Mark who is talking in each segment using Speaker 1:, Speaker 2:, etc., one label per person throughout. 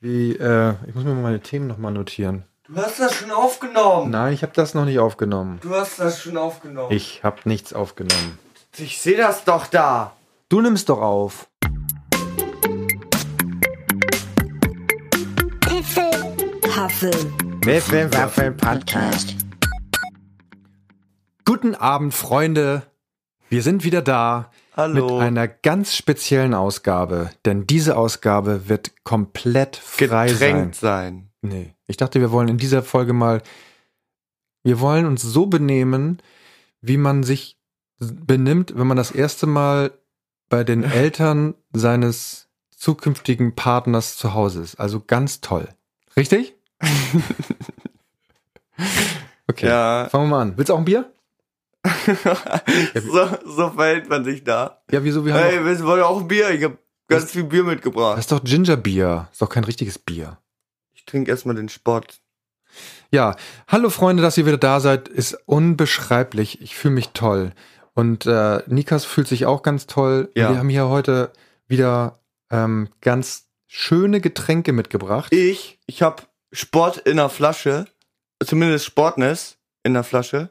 Speaker 1: Wie, äh, ich muss mir mal meine Themen nochmal notieren.
Speaker 2: Du hast das schon aufgenommen.
Speaker 1: Nein, ich habe das noch nicht aufgenommen.
Speaker 2: Du hast das schon aufgenommen.
Speaker 1: Ich habe nichts aufgenommen.
Speaker 2: Ich sehe das doch da.
Speaker 1: Du nimmst doch auf.
Speaker 3: Huffel, Podcast.
Speaker 1: Guten Abend, Freunde. Wir sind wieder da
Speaker 2: Hallo.
Speaker 1: mit einer ganz speziellen Ausgabe, denn diese Ausgabe wird komplett frei sein.
Speaker 2: Getränkt sein.
Speaker 1: Nee. Ich dachte, wir wollen in dieser Folge mal, wir wollen uns so benehmen, wie man sich benimmt, wenn man das erste Mal bei den Eltern seines zukünftigen Partners zu Hause ist. Also ganz toll. Richtig? Okay.
Speaker 2: Ja.
Speaker 1: Fangen wir mal an. Willst du auch ein Bier?
Speaker 2: so, so verhält man sich da.
Speaker 1: Ja, wieso? Wir haben
Speaker 2: Hey, wir wollen auch ein Bier. Ich habe ganz viel Bier
Speaker 1: doch, das
Speaker 2: mitgebracht.
Speaker 1: ist doch Gingerbier. Ist doch kein richtiges Bier.
Speaker 2: Ich trinke erstmal den Sport.
Speaker 1: Ja, hallo Freunde, dass ihr wieder da seid, ist unbeschreiblich. Ich fühle mich toll. Und äh, Nikas fühlt sich auch ganz toll.
Speaker 2: Ja.
Speaker 1: Wir haben hier heute wieder ähm, ganz schöne Getränke mitgebracht.
Speaker 2: Ich, ich habe Sport in der Flasche. Zumindest Sportness in der Flasche.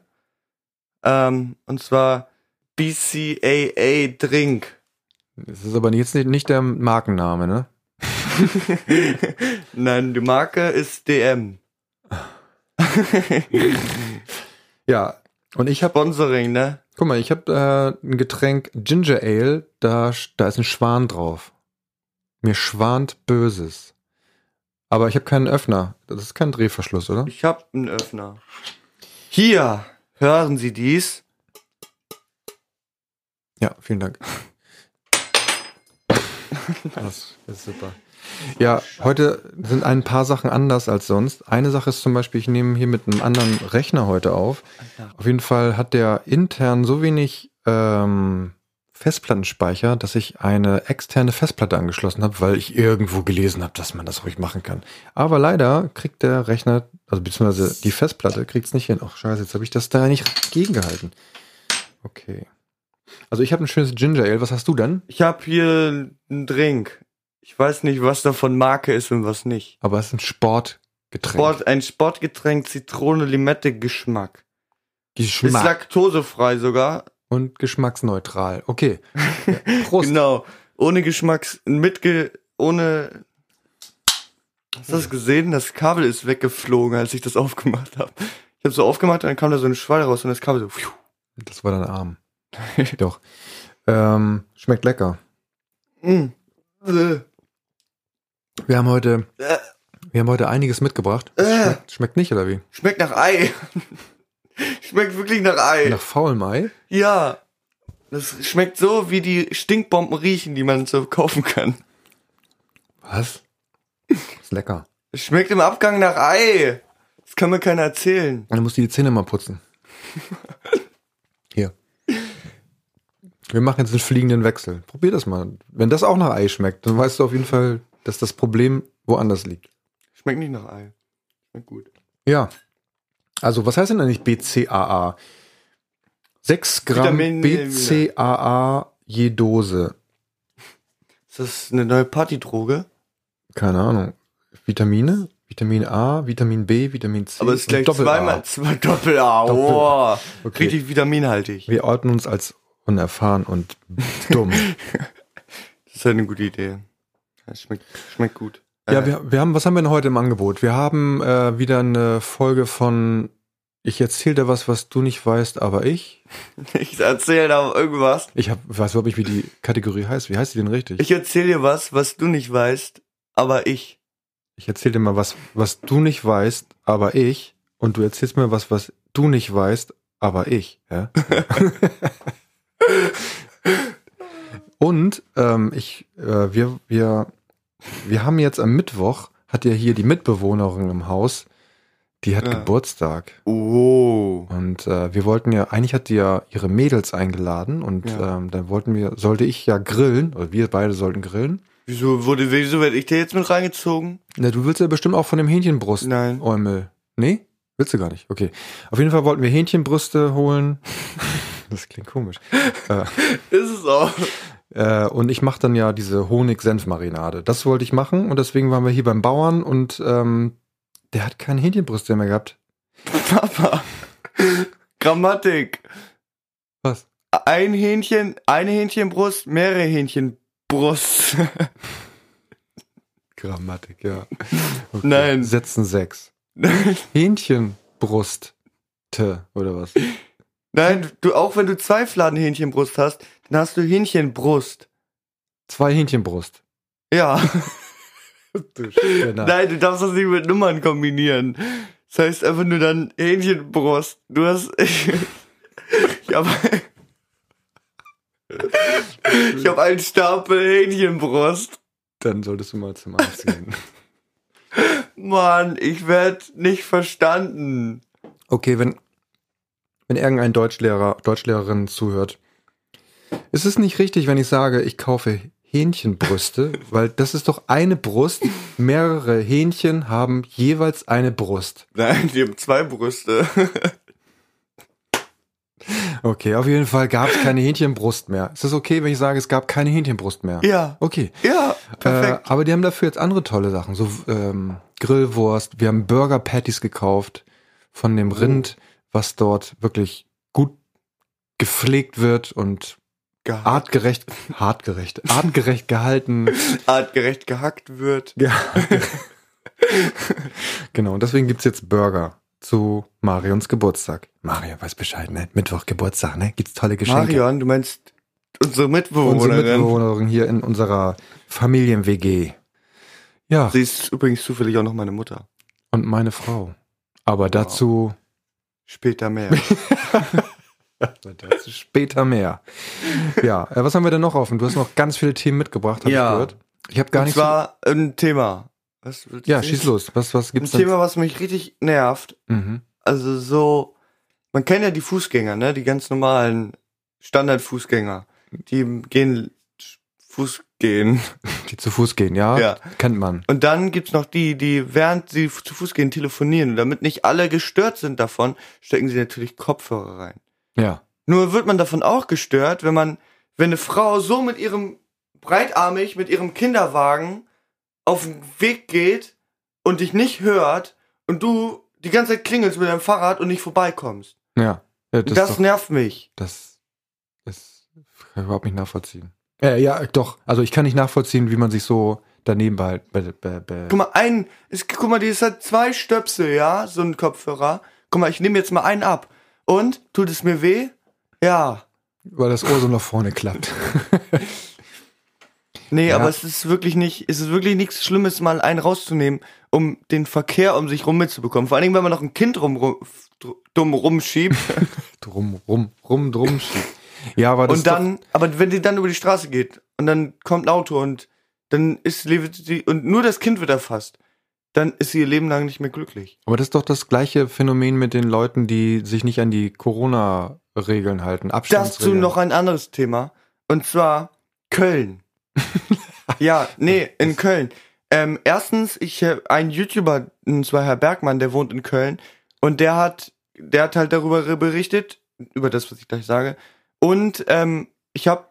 Speaker 2: Ähm, und zwar BCAA Drink.
Speaker 1: Das ist aber jetzt nicht, nicht der Markenname, ne?
Speaker 2: Nein, die Marke ist DM.
Speaker 1: Ja, und ich habe,
Speaker 2: Sponsoring, ne?
Speaker 1: guck mal, ich habe äh, ein Getränk Ginger Ale, da, sch- da ist ein Schwan drauf. Mir schwant Böses. Aber ich habe keinen Öffner. Das ist kein Drehverschluss, oder?
Speaker 2: Ich hab einen Öffner. Hier, hören Sie dies?
Speaker 1: Ja, vielen Dank. Das ist super. Ja, heute sind ein paar Sachen anders als sonst. Eine Sache ist zum Beispiel, ich nehme hier mit einem anderen Rechner heute auf. Auf jeden Fall hat der intern so wenig ähm, Festplattenspeicher, dass ich eine externe Festplatte angeschlossen habe, weil ich irgendwo gelesen habe, dass man das ruhig machen kann. Aber leider kriegt der Rechner, also beziehungsweise die Festplatte kriegt es nicht hin. Ach scheiße, jetzt habe ich das da nicht gegengehalten. Okay. Also ich habe ein schönes Ginger Ale. Was hast du denn?
Speaker 2: Ich hab hier einen Drink. Ich weiß nicht, was davon Marke ist und was nicht.
Speaker 1: Aber es ist ein Sportgetränk.
Speaker 2: Sport, ein Sportgetränk Zitrone Limette Geschmack. Ist
Speaker 1: Geschmack
Speaker 2: laktosefrei sogar.
Speaker 1: und geschmacksneutral. Okay. Ja, Prost.
Speaker 2: Genau. Ohne Geschmacks mit ge ohne Hast du das gesehen? Das Kabel ist weggeflogen, als ich das aufgemacht habe. Ich habe so aufgemacht und dann kam da so ein Schwall raus und das Kabel so. pfiuh.
Speaker 1: Das war dein Arm. Doch. Ähm, schmeckt lecker.
Speaker 2: Mm. Äh.
Speaker 1: Wir haben heute,
Speaker 2: Äh.
Speaker 1: wir haben heute einiges mitgebracht.
Speaker 2: Äh.
Speaker 1: Schmeckt, schmeckt nicht, oder wie?
Speaker 2: Schmeckt nach Ei. schmeckt wirklich nach Ei.
Speaker 1: Nach faulem Ei?
Speaker 2: Ja. Das schmeckt so, wie die Stinkbomben riechen, die man so kaufen kann.
Speaker 1: Was? Ist lecker.
Speaker 2: Es schmeckt im Abgang nach Ei. Das kann mir keiner erzählen.
Speaker 1: Dann musst du die Zähne mal putzen. Hier. Wir machen jetzt einen fliegenden Wechsel. Probier das mal. Wenn das auch nach Ei schmeckt, dann weißt du auf jeden Fall, dass das Problem woanders liegt.
Speaker 2: Schmeckt nicht nach Ei. Schmeckt gut.
Speaker 1: Ja. Also, was heißt denn eigentlich BCAA? 6 Gramm
Speaker 2: Vitamin- äh,
Speaker 1: BCAA je Dose.
Speaker 2: Ist das eine neue Partydroge?
Speaker 1: Keine Ahnung. Vitamine? Vitamin A, Vitamin B, Vitamin C.
Speaker 2: Aber es ist
Speaker 1: und
Speaker 2: gleich
Speaker 1: Doppel-A.
Speaker 2: zweimal zwei Doppel-A.
Speaker 1: Doppel-
Speaker 2: Doppel
Speaker 1: Okay.
Speaker 2: Richtig vitaminhaltig.
Speaker 1: Wir orten uns als unerfahren und dumm.
Speaker 2: Das ist halt eine gute Idee. Das schmeckt, schmeckt gut.
Speaker 1: ja,
Speaker 2: Äh,
Speaker 1: wir, wir haben, was haben wir denn heute im Angebot? Wir haben äh, wieder eine Folge von Ich erzähl dir was, was du nicht weißt, aber ich.
Speaker 2: ich erzähle da irgendwas.
Speaker 1: Ich hab, weiß überhaupt nicht, wie die Kategorie heißt. Wie heißt die denn richtig?
Speaker 2: Ich erzähle dir was, was du nicht weißt, aber ich.
Speaker 1: Ich erzähl dir mal was, was du nicht weißt, aber ich. Und du erzählst mir was, was du nicht weißt, aber ich. Ja? und ähm, ich, äh, wir, wir, wir haben jetzt am Mittwoch, hat ja hier die Mitbewohnerin im Haus, die hat
Speaker 2: Ja.
Speaker 1: Geburtstag.
Speaker 2: Oh.
Speaker 1: Und äh, wir wollten ja, eigentlich hat die ja ihre Mädels eingeladen und
Speaker 2: Ja.
Speaker 1: ähm, dann wollten wir, sollte ich ja grillen, oder wir beide sollten grillen.
Speaker 2: Wieso wurde, wieso werde ich da jetzt mit reingezogen?
Speaker 1: Na, du willst ja bestimmt auch von dem Hähnchenbrust.
Speaker 2: Nein.
Speaker 1: Eumel. Nee? Willst du gar nicht? Okay. Auf jeden Fall wollten wir Hähnchenbrüste holen. Das klingt komisch.
Speaker 2: Ist es auch.
Speaker 1: Äh, und ich mache dann ja diese Honig-Senf-Marinade. Das wollte ich machen und deswegen waren wir hier beim Bauern und ähm, der hat keine Hähnchenbrüste mehr gehabt.
Speaker 2: Papa. Grammatik.
Speaker 1: Was?
Speaker 2: Ein Hähnchen, eine Hähnchenbrust, mehrere Hähnchenbrust.
Speaker 1: Grammatik, ja. Okay.
Speaker 2: Nein.
Speaker 1: Setzen sechs. Hähnchenbrust. Oder was?
Speaker 2: Nein, du, auch wenn du zwei Fladen Hähnchenbrust hast, dann hast du Hähnchenbrust.
Speaker 1: Zwei Hähnchenbrust.
Speaker 2: Ja.
Speaker 1: Du Spinner.
Speaker 2: Nein, du darfst das nicht mit Nummern kombinieren. Das heißt einfach nur dann Hähnchenbrust. Du hast. Ich, habe ich hab einen Stapel Hähnchenbrust.
Speaker 1: Dann solltest du mal zum Arzt gehen.
Speaker 2: Mann, ich werd nicht verstanden.
Speaker 1: Okay, wenn, wenn irgendein Deutschlehrer, Deutschlehrerin zuhört, ist es nicht richtig, wenn ich sage, ich kaufe Hähnchenbrüste, weil das ist doch eine Brust. Mehrere Hähnchen haben jeweils eine Brust.
Speaker 2: Nein, die haben zwei Brüste.
Speaker 1: Okay, auf jeden Fall gab es keine Hähnchenbrust mehr. Ist es okay, wenn ich sage, es gab keine Hähnchenbrust mehr?
Speaker 2: Ja.
Speaker 1: Okay.
Speaker 2: Ja,
Speaker 1: Äh,
Speaker 2: perfekt.
Speaker 1: aber die haben dafür jetzt andere tolle Sachen, so ähm, Grillwurst. Wir haben Burger Patties gekauft von dem Rind, was dort wirklich gut gepflegt wird und
Speaker 2: Gehackt.
Speaker 1: artgerecht, artgerecht, artgerecht gehalten.
Speaker 2: artgerecht gehackt wird.
Speaker 1: Ja. genau, und deswegen gibt's jetzt Burger zu Marions Geburtstag. Mario weiß Bescheid, ne? Mittwoch Geburtstag, ne? Gibt's tolle Geschenke.
Speaker 2: Marion, du meinst unsere
Speaker 1: unsere
Speaker 2: Mitbewohnerin.
Speaker 1: Mitbewohnerin hier in unserer Familien-WG. Ja,
Speaker 2: Sie ist übrigens zufällig auch noch meine Mutter.
Speaker 1: und meine Frau. Aber dazu,
Speaker 2: Später mehr. Also
Speaker 1: dazu später mehr. Ja, äh, was haben wir denn noch offen? Du hast noch ganz viele Themen mitgebracht, hab
Speaker 2: Ja.
Speaker 1: ich gehört. Ich habe gar
Speaker 2: Und
Speaker 1: nichts.
Speaker 2: zwar ein Thema. Was willst du
Speaker 1: ja,
Speaker 2: sehen?
Speaker 1: schieß los. Was, was
Speaker 2: Ein
Speaker 1: gibt's denn?
Speaker 2: Thema, was mich richtig nervt.
Speaker 1: Mhm.
Speaker 2: Also so, man kennt ja die Fußgänger, ne? Die ganz normalen Standardfußgänger. Die gehen Fuß gehen.
Speaker 1: Die zu Fuß gehen, ja?
Speaker 2: Ja.
Speaker 1: Kennt man.
Speaker 2: Und dann gibt's noch die, die während sie zu Fuß gehen telefonieren. Und damit nicht alle gestört sind davon, stecken sie natürlich Kopfhörer rein.
Speaker 1: Ja.
Speaker 2: Nur wird man davon auch gestört, wenn man, wenn eine Frau so mit ihrem breitarmig, mit ihrem Kinderwagen auf den Weg geht und dich nicht hört und du die ganze Zeit klingelst mit deinem Fahrrad und nicht vorbeikommst.
Speaker 1: Ja. ja
Speaker 2: Das, ne-
Speaker 1: ist doch-
Speaker 2: nervt mich.
Speaker 1: Das ist kann ich überhaupt nicht nachvollziehen. Äh, ja, doch. Also ich kann nicht nachvollziehen, wie man sich so daneben behält. Be, be, be.
Speaker 2: Guck mal, ein, es, guck mal, die ist halt zwei Stöpsel, ja, so ein Kopfhörer. Guck mal, ich nehme jetzt mal einen ab. Und? Tut es mir weh? Ja.
Speaker 1: Weil das Ohr so nach vorne klappt.
Speaker 2: Nee,
Speaker 1: Ja.
Speaker 2: aber es ist wirklich nicht, es ist wirklich nichts Schlimmes, mal einen rauszunehmen, um den Verkehr um sich rum mitzubekommen. Vor allen Dingen, wenn man noch ein Kind rum, rum dumm rumschiebt
Speaker 1: drum, rum, rum, drum. Ja, aber das
Speaker 2: und dann, aber wenn die dann über die Straße geht und dann kommt ein Auto und dann ist sie, und nur das Kind wird erfasst, dann ist sie ihr Leben lang nicht mehr glücklich.
Speaker 1: Ist doch, aber das ist doch das gleiche Phänomen mit den Leuten, die sich nicht an die Corona-Regeln halten.
Speaker 2: Dazu
Speaker 1: Abstandsregeln.
Speaker 2: noch ein anderes Thema und zwar Köln. ja, nee, in Köln. Ähm, erstens, ich äh, ein YouTuber, und zwar Herr Bergmann, der wohnt in Köln und der hat, der hat halt darüber berichtet, über das, was ich gleich sage. Und ähm, ich habe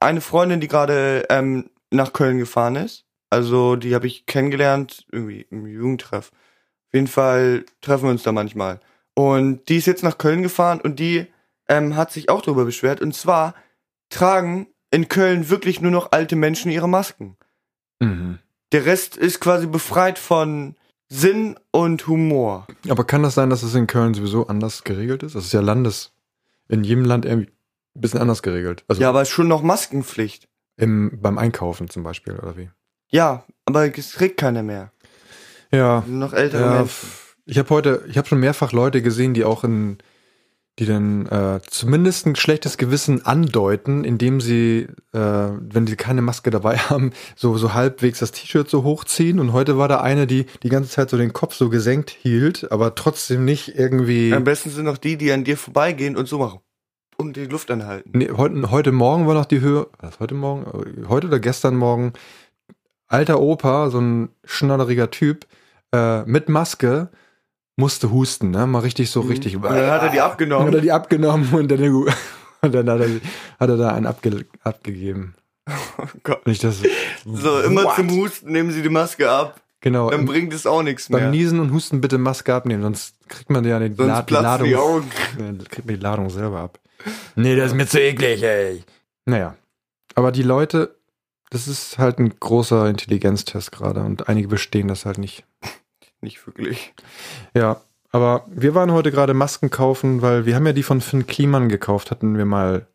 Speaker 2: eine Freundin, die gerade ähm, nach Köln gefahren ist. Also die habe ich kennengelernt irgendwie im Jugendtreff. Auf jeden Fall treffen wir uns da manchmal. Und die ist jetzt nach Köln gefahren und die ähm, hat sich auch darüber beschwert. Und zwar tragen in Köln wirklich nur noch alte Menschen ihre Masken.
Speaker 1: Mhm.
Speaker 2: Der Rest ist quasi befreit von Sinn und Humor.
Speaker 1: Aber kann das sein, dass es in Köln sowieso anders geregelt ist? Das ist ja Landes. In jedem Land irgendwie ein bisschen anders geregelt. Also
Speaker 2: Ja, aber schon noch Maskenpflicht.
Speaker 1: im, beim Einkaufen zum Beispiel, oder wie?
Speaker 2: Ja, aber es trägt keiner mehr.
Speaker 1: Ja.
Speaker 2: Nur noch ältere
Speaker 1: Ja,
Speaker 2: Menschen.
Speaker 1: f- ich habe heute, ich habe schon mehrfach Leute gesehen, die auch in, die dann äh, zumindest ein schlechtes Gewissen andeuten, indem sie, äh, wenn sie keine Maske dabei haben, so, so halbwegs das T-Shirt so hochziehen. Und heute war da eine, die die ganze Zeit so den Kopf so gesenkt hielt, aber trotzdem nicht irgendwie.
Speaker 2: Am besten sind noch die, die an dir vorbeigehen und so machen. Und die Luft anhalten.
Speaker 1: Nee, heute, heute Morgen war noch die Höhe. Was, heute Morgen? Heute oder gestern Morgen? Alter Opa, so ein schnodderiger Typ, äh, mit Maske, musste husten, ne? Mal richtig so richtig.
Speaker 2: Mhm. Und dann hat er
Speaker 1: Dann hat
Speaker 2: die
Speaker 1: er
Speaker 2: abgenommen.
Speaker 1: die abgenommen und dann, und dann hat, er, hat er da einen abge, abgegeben.
Speaker 2: Oh Gott.
Speaker 1: Nicht, dass,
Speaker 2: So, immer zum Husten nehmen sie die Maske ab.
Speaker 1: genau.
Speaker 2: Dann
Speaker 1: im-
Speaker 2: bringt es auch nichts
Speaker 1: beim
Speaker 2: mehr.
Speaker 1: Niesen und Husten bitte Maske abnehmen, sonst kriegt man ja die,
Speaker 2: Sonst
Speaker 1: La die
Speaker 2: platzen
Speaker 1: Ladung.
Speaker 2: die Augen.
Speaker 1: Dann kriegt man die Ladung selber ab. Nee, das ist mir zu eklig, ey. Naja. Aber die Leute, das ist halt ein großer Intelligenztest gerade und einige bestehen das halt nicht.
Speaker 2: Nicht wirklich.
Speaker 1: Ja, aber wir waren heute gerade Masken kaufen, weil wir haben ja die von Finn Kliman gekauft, hatten wir mal,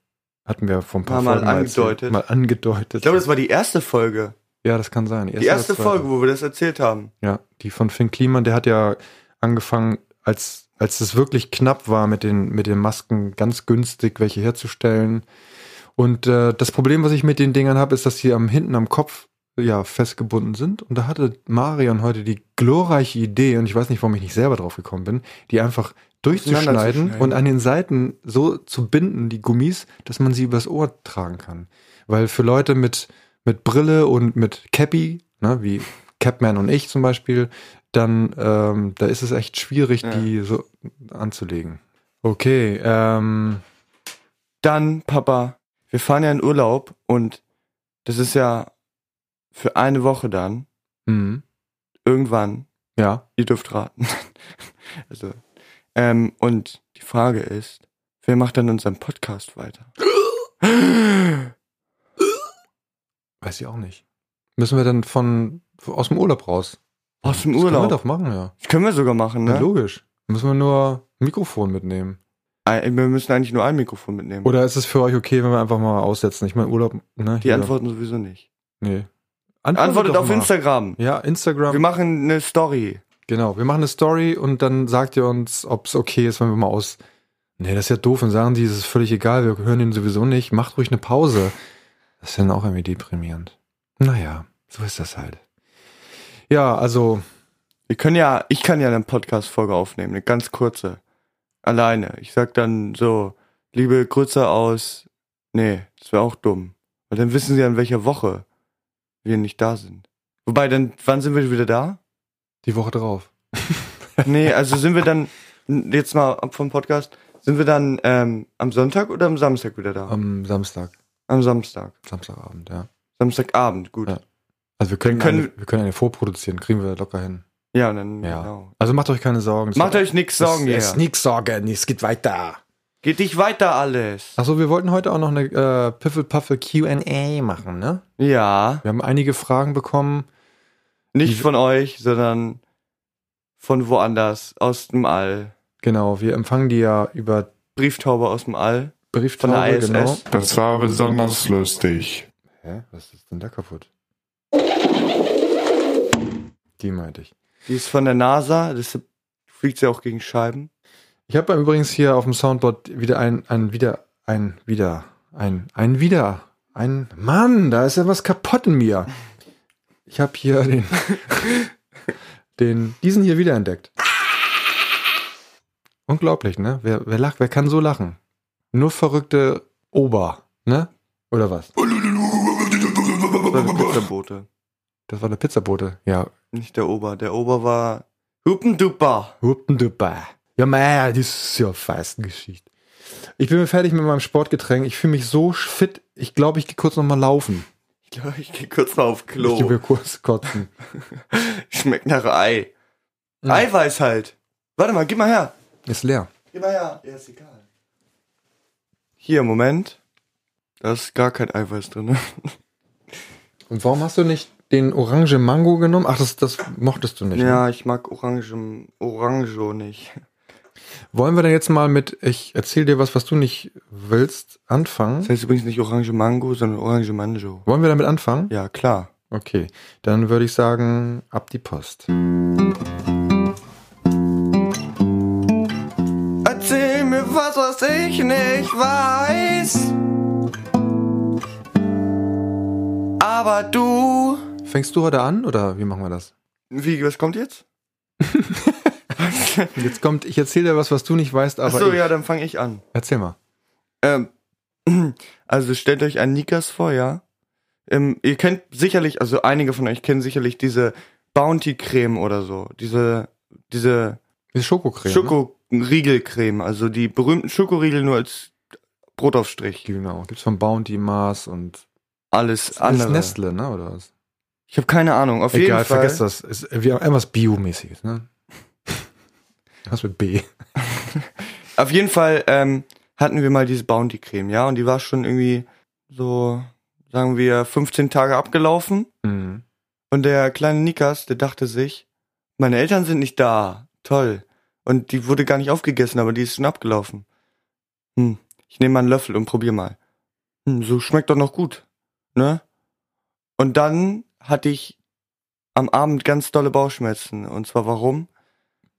Speaker 1: hatten wir vor ein paar
Speaker 2: Mal
Speaker 1: Folgen erzählt.
Speaker 2: angedeutet.
Speaker 1: mal angedeutet.
Speaker 2: Ich glaube, das war die erste Folge.
Speaker 1: ja, das kann sein.
Speaker 2: Die erste Folge, wo wir das erzählt haben.
Speaker 1: Ja, die von Finn Kliman, der hat ja angefangen, als, als es wirklich knapp war, mit den, mit den Masken ganz günstig welche herzustellen. Und äh, das Problem, was ich mit den Dingern habe, ist, dass sie am hinten am Kopf ja festgebunden sind. Und da hatte Marion heute die glorreiche Idee, und ich weiß nicht, warum ich nicht selber drauf gekommen bin, die einfach durchzuschneiden
Speaker 2: Auseinanderzuschneiden.
Speaker 1: und an den Seiten so zu binden, die Gummis, dass man sie übers Ohr tragen kann. Weil für Leute mit, mit Brille und mit Cappy, ne, wie Capman und ich zum Beispiel, dann ähm, da ist es echt schwierig,
Speaker 2: Ja.
Speaker 1: die so anzulegen. Okay, ähm,
Speaker 2: Dann, Papa, wir fahren ja in Urlaub und das ist ja für eine Woche dann.
Speaker 1: hm,
Speaker 2: Irgendwann.
Speaker 1: ja,
Speaker 2: Ihr dürft raten. also, ähm, und die Frage ist, wer macht dann unseren Podcast weiter?
Speaker 1: weiß ich auch nicht. Müssen wir dann von aus dem Urlaub raus?
Speaker 2: Aus dem
Speaker 1: Das
Speaker 2: Urlaub.
Speaker 1: Können wir doch machen, ja.
Speaker 2: Das können wir sogar machen,
Speaker 1: ja.
Speaker 2: ne?
Speaker 1: Logisch. Müssen wir nur ein Mikrofon mitnehmen.
Speaker 2: Ein, wir müssen eigentlich nur ein Mikrofon mitnehmen.
Speaker 1: Oder ist es für euch okay, wenn wir einfach mal aussetzen? Ich meine, Urlaub, ne?
Speaker 2: die
Speaker 1: hier.
Speaker 2: antworten sowieso nicht.
Speaker 1: Nee.
Speaker 2: Antwortet
Speaker 1: doch
Speaker 2: auf
Speaker 1: mal.
Speaker 2: Instagram.
Speaker 1: Ja, Instagram.
Speaker 2: Wir machen eine Story.
Speaker 1: Genau, wir machen eine Story und dann sagt ihr uns, ob es okay ist, wenn wir mal aus. Nee, das ist ja doof. Dann sagen die, es ist völlig egal, wir hören ihn sowieso nicht. Macht ruhig eine Pause. Das ist dann auch irgendwie deprimierend. Naja, so ist das halt. Ja, also,
Speaker 2: Wir können ja, ich kann ja eine Podcast-Folge aufnehmen, eine ganz kurze. Alleine. Ich sag dann so, liebe Grüße aus. Nee, das wäre auch dumm. Weil dann wissen sie, an welcher Woche wir nicht da sind. Wobei, dann, wann sind wir wieder da?
Speaker 1: die Woche drauf.
Speaker 2: Nee, also sind wir dann, n- jetzt mal ab vom Podcast, sind wir dann ähm, am Sonntag oder am Samstag wieder da?
Speaker 1: Am Samstag,
Speaker 2: Am Samstag.
Speaker 1: Samstagabend, ja.
Speaker 2: Samstagabend, gut.
Speaker 1: Ja.
Speaker 2: Ja,
Speaker 1: Also wir können,
Speaker 2: können-
Speaker 1: eine, wir können eine vorproduzieren, kriegen wir locker hin.
Speaker 2: und dann,
Speaker 1: Ja.
Speaker 2: genau.
Speaker 1: Also macht euch keine Sorgen.
Speaker 2: Macht euch nichts Sorgen,
Speaker 1: Es,
Speaker 2: ja.
Speaker 1: es, nix Sorgen, es geht weiter.
Speaker 2: Geht dich weiter alles.
Speaker 1: Achso, wir wollten heute auch noch eine äh, Piffelpuffe QA machen, ne?
Speaker 2: Ja.
Speaker 1: Wir haben einige Fragen bekommen.
Speaker 2: Nicht
Speaker 1: Die-
Speaker 2: von euch, sondern von woanders, aus dem All.
Speaker 1: Genau, wir empfangen die ja über
Speaker 2: Brieftaube aus dem All.
Speaker 1: Brieftaube.
Speaker 2: Von der ISS.
Speaker 1: Genau.
Speaker 4: Das war besonders lustig.
Speaker 1: Hä? Was ist denn da kaputt? Die meinte ich.
Speaker 2: Die ist von der NASA, deshalb fliegt sie auch gegen Scheiben.
Speaker 1: Ich habe übrigens hier auf dem Soundboard wieder ein, ein, wieder, ein, wieder, ein, ein, wieder, ein, Mann, da ist ja was kaputt in mir. Ich habe hier den, den, diesen hier wiederentdeckt. Unglaublich, ne? Wer, wer lacht, wer kann so lachen? Nur verrückte Ober, ne? Oder was?
Speaker 2: Das war der Pizzabote.
Speaker 1: Das war der Pizzabote. Ja,
Speaker 2: Nicht der Ober. Der Ober war Hupenduper.
Speaker 1: Huppendupa. Ja, mei, das ist ja fast Geschichte. Ich bin fertig mit meinem Sportgetränk. Ich fühle mich so fit. Ich glaube, ich gehe kurz nochmal laufen.
Speaker 2: Ich glaube, ich gehe kurz mal auf
Speaker 1: Ich gehe
Speaker 2: Klo.
Speaker 1: mir kurz kotzen.
Speaker 2: Schmeckt nach Ei.
Speaker 1: Ja.
Speaker 2: Eiweiß halt. Warte mal, gib mal her.
Speaker 1: Hm. Ist leer.
Speaker 2: Gib mal her. Ja, ist egal. Hier, Moment. Da ist gar kein Eiweiß drin. ne?
Speaker 1: Und warum hast du nicht den orange Mango genommen? Ach, das, das mochtest du nicht. Ne?
Speaker 2: Ja, ich mag Orangen, Orango nicht.
Speaker 1: Wollen wir denn jetzt mal mit, ich erzähl dir was, was du nicht willst, anfangen?
Speaker 2: Das heißt übrigens nicht Orange Mango, sondern Orange Mango.
Speaker 1: Wollen wir damit anfangen?
Speaker 2: Ja, klar.
Speaker 1: Okay, dann würde ich sagen, ab die Post.
Speaker 2: Erzähl mir was, was ich nicht weiß. Aber du.
Speaker 1: Fängst du heute an oder wie machen wir das?
Speaker 2: Wie, was kommt jetzt?
Speaker 1: Jetzt kommt, ich erzähl dir was, was du nicht weißt, aber
Speaker 2: Achso,
Speaker 1: ich,
Speaker 2: ja, dann fange ich an.
Speaker 1: erzähl mal.
Speaker 2: Ähm, also stellt euch einen Nikas vor, ja? Ähm, ihr kennt sicherlich, also einige von euch kennen sicherlich diese Bounty-Creme oder so. Diese, diese
Speaker 1: Diese Schokocreme. ne?
Speaker 2: Schokoriegelcreme, also die berühmten Schokoriegel nur als Brotaufstrich.
Speaker 1: Genau. Gibt's von Bounty Mars und
Speaker 2: alles
Speaker 1: Das ist
Speaker 2: andere.
Speaker 1: Nestle, ne? Oder was?
Speaker 2: Ich habe keine Ahnung. Auf
Speaker 1: Egal,
Speaker 2: jeden Fall.
Speaker 1: vergesst das. Ist, wir haben irgendwas Biomäßiges, ne? Was mit B?
Speaker 2: Auf jeden Fall ähm, hatten wir mal diese Bounty-Creme, ja, und die war schon irgendwie so, sagen wir, 15 Tage abgelaufen.
Speaker 1: Mhm.
Speaker 2: Und der kleine Nikas, der dachte sich, meine Eltern sind nicht da. Toll. Und die wurde gar nicht aufgegessen, aber die ist schon abgelaufen. Hm, ich nehme mal einen Löffel und probier mal. Hm, so schmeckt doch noch gut. Ne? Und dann hatte ich am Abend ganz dolle Bauchschmerzen. Und zwar warum?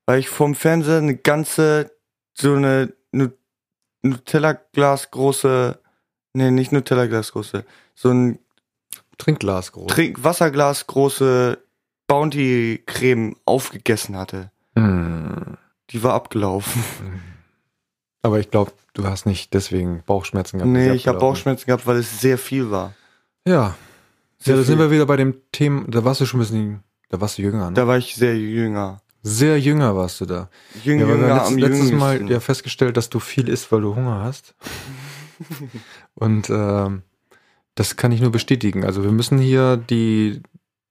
Speaker 2: Weil ich vorm Fernseher eine ganze, so eine Nu- Nutella-Glas große, nee, nicht Nutella-Glas große, so ein
Speaker 1: Trinkglas groß.
Speaker 2: Trinkwasserglas große Bounty Creme aufgegessen hatte.
Speaker 1: Mhm.
Speaker 2: Die war abgelaufen.
Speaker 1: Aber ich glaube, du hast nicht deswegen Bauchschmerzen gehabt.
Speaker 2: nee,
Speaker 1: die
Speaker 2: ich habe
Speaker 1: abgelaufen
Speaker 2: Bauchschmerzen gehabt, weil es sehr viel war.
Speaker 1: sind. ne? Ja.
Speaker 2: Sehr
Speaker 1: ja, da sind
Speaker 2: viel.
Speaker 1: wir wieder bei dem Thema, da warst du schon ein bisschen, da warst du jünger, ne?
Speaker 2: Da war ich sehr jünger.
Speaker 1: Sehr jünger warst du da.
Speaker 2: Jüng,
Speaker 1: ja, weil wir
Speaker 2: jünger
Speaker 1: letzt,
Speaker 2: am
Speaker 1: letztes
Speaker 2: jüngsten.
Speaker 1: Mal ja festgestellt, dass du viel isst, weil du Hunger hast. Und ähm, das kann ich nur bestätigen. Also wir müssen hier die,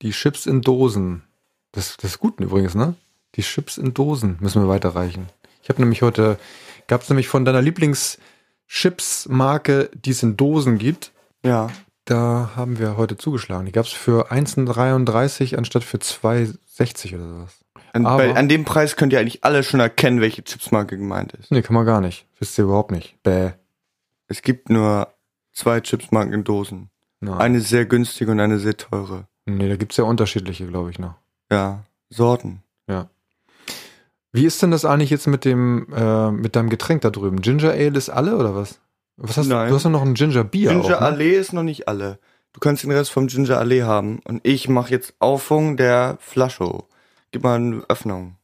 Speaker 1: die Chips in Dosen, das, das ist gut übrigens, ne? Die Chips in Dosen müssen wir weiterreichen. Ich habe nämlich heute, gab es nämlich von deiner Lieblings-Chips-Marke, die es in Dosen gibt,
Speaker 2: ja.
Speaker 1: da haben wir heute zugeschlagen. Die gab es für 1,33 anstatt für 2,60 oder sowas.
Speaker 2: An,
Speaker 1: Aber-
Speaker 2: bei, an dem Preis könnt ihr eigentlich alle schon erkennen, welche Chipsmarke gemeint ist.
Speaker 1: Nee, kann man gar nicht. Wisst ihr überhaupt nicht. Bäh.
Speaker 2: Es gibt nur zwei Chipsmarken in Dosen.
Speaker 1: Nein.
Speaker 2: Eine sehr günstige und eine sehr teure.
Speaker 1: Nee, da gibt's ja unterschiedliche, glaube ich, noch.
Speaker 2: Ja, Sorten.
Speaker 1: Wie ist denn das eigentlich jetzt mit dem, äh, mit deinem Getränk da drüben? Ginger Ale ist alle oder was? Was hast
Speaker 2: Nein.
Speaker 1: du? Du hast doch noch ein Ginger Bier.
Speaker 2: Ginger
Speaker 1: auch, ne?
Speaker 2: Allee ist noch nicht alle. Du kannst den Rest vom Ginger Allee haben. Und ich mache jetzt Aufung der Flasche. Gib mal eine Öffnung.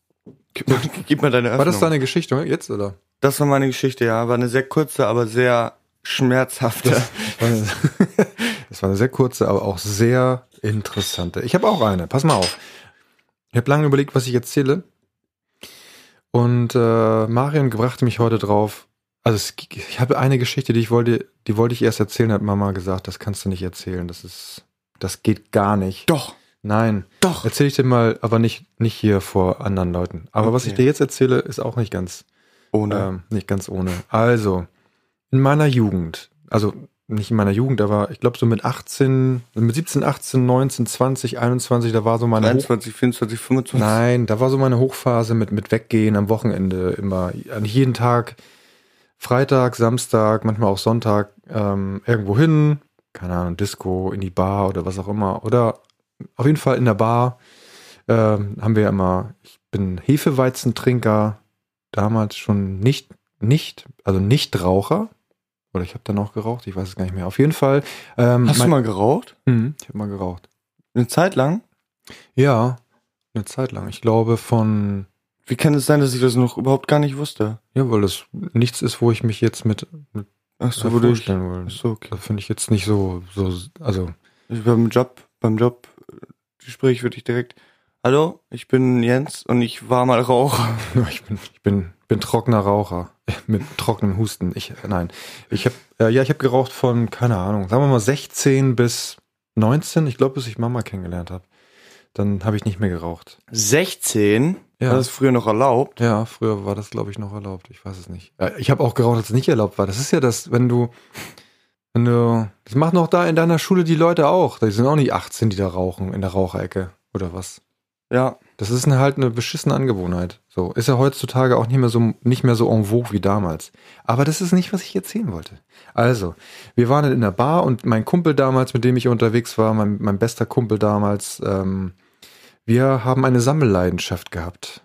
Speaker 2: Gib mal, gib mal deine Öffnung.
Speaker 1: War das deine Geschichte jetzt oder?
Speaker 2: Das war meine Geschichte, ja. War eine sehr kurze, aber sehr schmerzhafte.
Speaker 1: Das war eine, das war eine sehr kurze, aber auch sehr interessante. Ich habe auch eine. Pass mal auf. Ich habe lange überlegt, was ich erzähle. Und äh, Marion gebrachte mich heute drauf. Also es, g- ich habe eine Geschichte, die ich wollte, die wollte ich erst erzählen, hat Mama gesagt, das kannst du nicht erzählen. Das ist, das geht gar nicht.
Speaker 2: Doch,
Speaker 1: Nein.
Speaker 2: doch.
Speaker 1: Erzähle ich dir mal, aber nicht, nicht hier vor anderen Leuten. Aber was
Speaker 2: Okay.
Speaker 1: ich dir jetzt erzähle, ist auch nicht ganz,
Speaker 2: Ohne.
Speaker 1: ähm, nicht ganz ohne. Also, in meiner Jugend, also nicht in meiner Jugend, aber ich glaube so mit 18, mit 17, 18, 19, 20, 21, da war so meine Hoch
Speaker 2: 23, 24, 25.
Speaker 1: Nein, da war so meine Hochphase mit, mit Weggehen am Wochenende immer, an jeden Tag, Freitag, Samstag, manchmal auch Sonntag, ähm, irgendwo hin, keine Ahnung, Disco, in die Bar oder was auch immer. Oder auf jeden Fall in der Bar ähm, haben wir ja immer, ich bin Hefeweizentrinker, damals schon nicht, nicht, also nicht Raucher. Oder ich habe dann auch geraucht, ich weiß es gar nicht mehr. Auf jeden Fall. Ähm,
Speaker 2: Hast du
Speaker 1: mein-
Speaker 2: mal hm? geraucht?
Speaker 1: Mhm, ich habe mal geraucht.
Speaker 2: Eine Zeit lang?
Speaker 1: Ja, eine Zeit lang. Ich glaube von
Speaker 2: Wie kann es sein, dass ich das noch überhaupt gar nicht wusste?
Speaker 1: Ja, weil das nichts ist, wo ich mich jetzt mit
Speaker 2: Ach
Speaker 1: so
Speaker 2: so, wurde ich.
Speaker 1: vorstellen will.
Speaker 2: Ach so, okay.
Speaker 1: Das finde ich jetzt nicht so, so, also,
Speaker 2: Ich beim Job, beim Job äh, Gespräch würde ich direkt. Hallo, ich bin Jens und ich war mal Raucher.
Speaker 1: ich bin, ich bin, bin trockener Raucher. Mit trockenem Husten. Ich, äh, nein. Ich habe, äh, ja, ich habe geraucht von, keine Ahnung, sagen wir mal 16 bis 19, ich glaube, bis ich Mama kennengelernt habe. Dann habe ich nicht mehr geraucht.
Speaker 2: 16?
Speaker 1: Ja.
Speaker 2: War das früher noch erlaubt?
Speaker 1: Ja, früher war das, glaube ich, noch erlaubt. Ich weiß es nicht. Äh, Ich habe auch geraucht, als es nicht erlaubt war. Das ist ja das, wenn du, wenn du, das machen auch da in deiner Schule die Leute auch. Die sind auch nicht 18, die da rauchen, in der Raucherecke oder was.
Speaker 2: Ja.
Speaker 1: Das ist eine, halt eine beschissene Angewohnheit. So ist ja heutzutage auch nicht mehr so nicht mehr so en vogue wie damals. Aber das ist nicht, was ich erzählen wollte. Also, wir waren in der Bar und mein Kumpel damals, mit dem ich unterwegs war, mein, mein bester Kumpel damals, ähm, wir haben eine Sammelleidenschaft gehabt.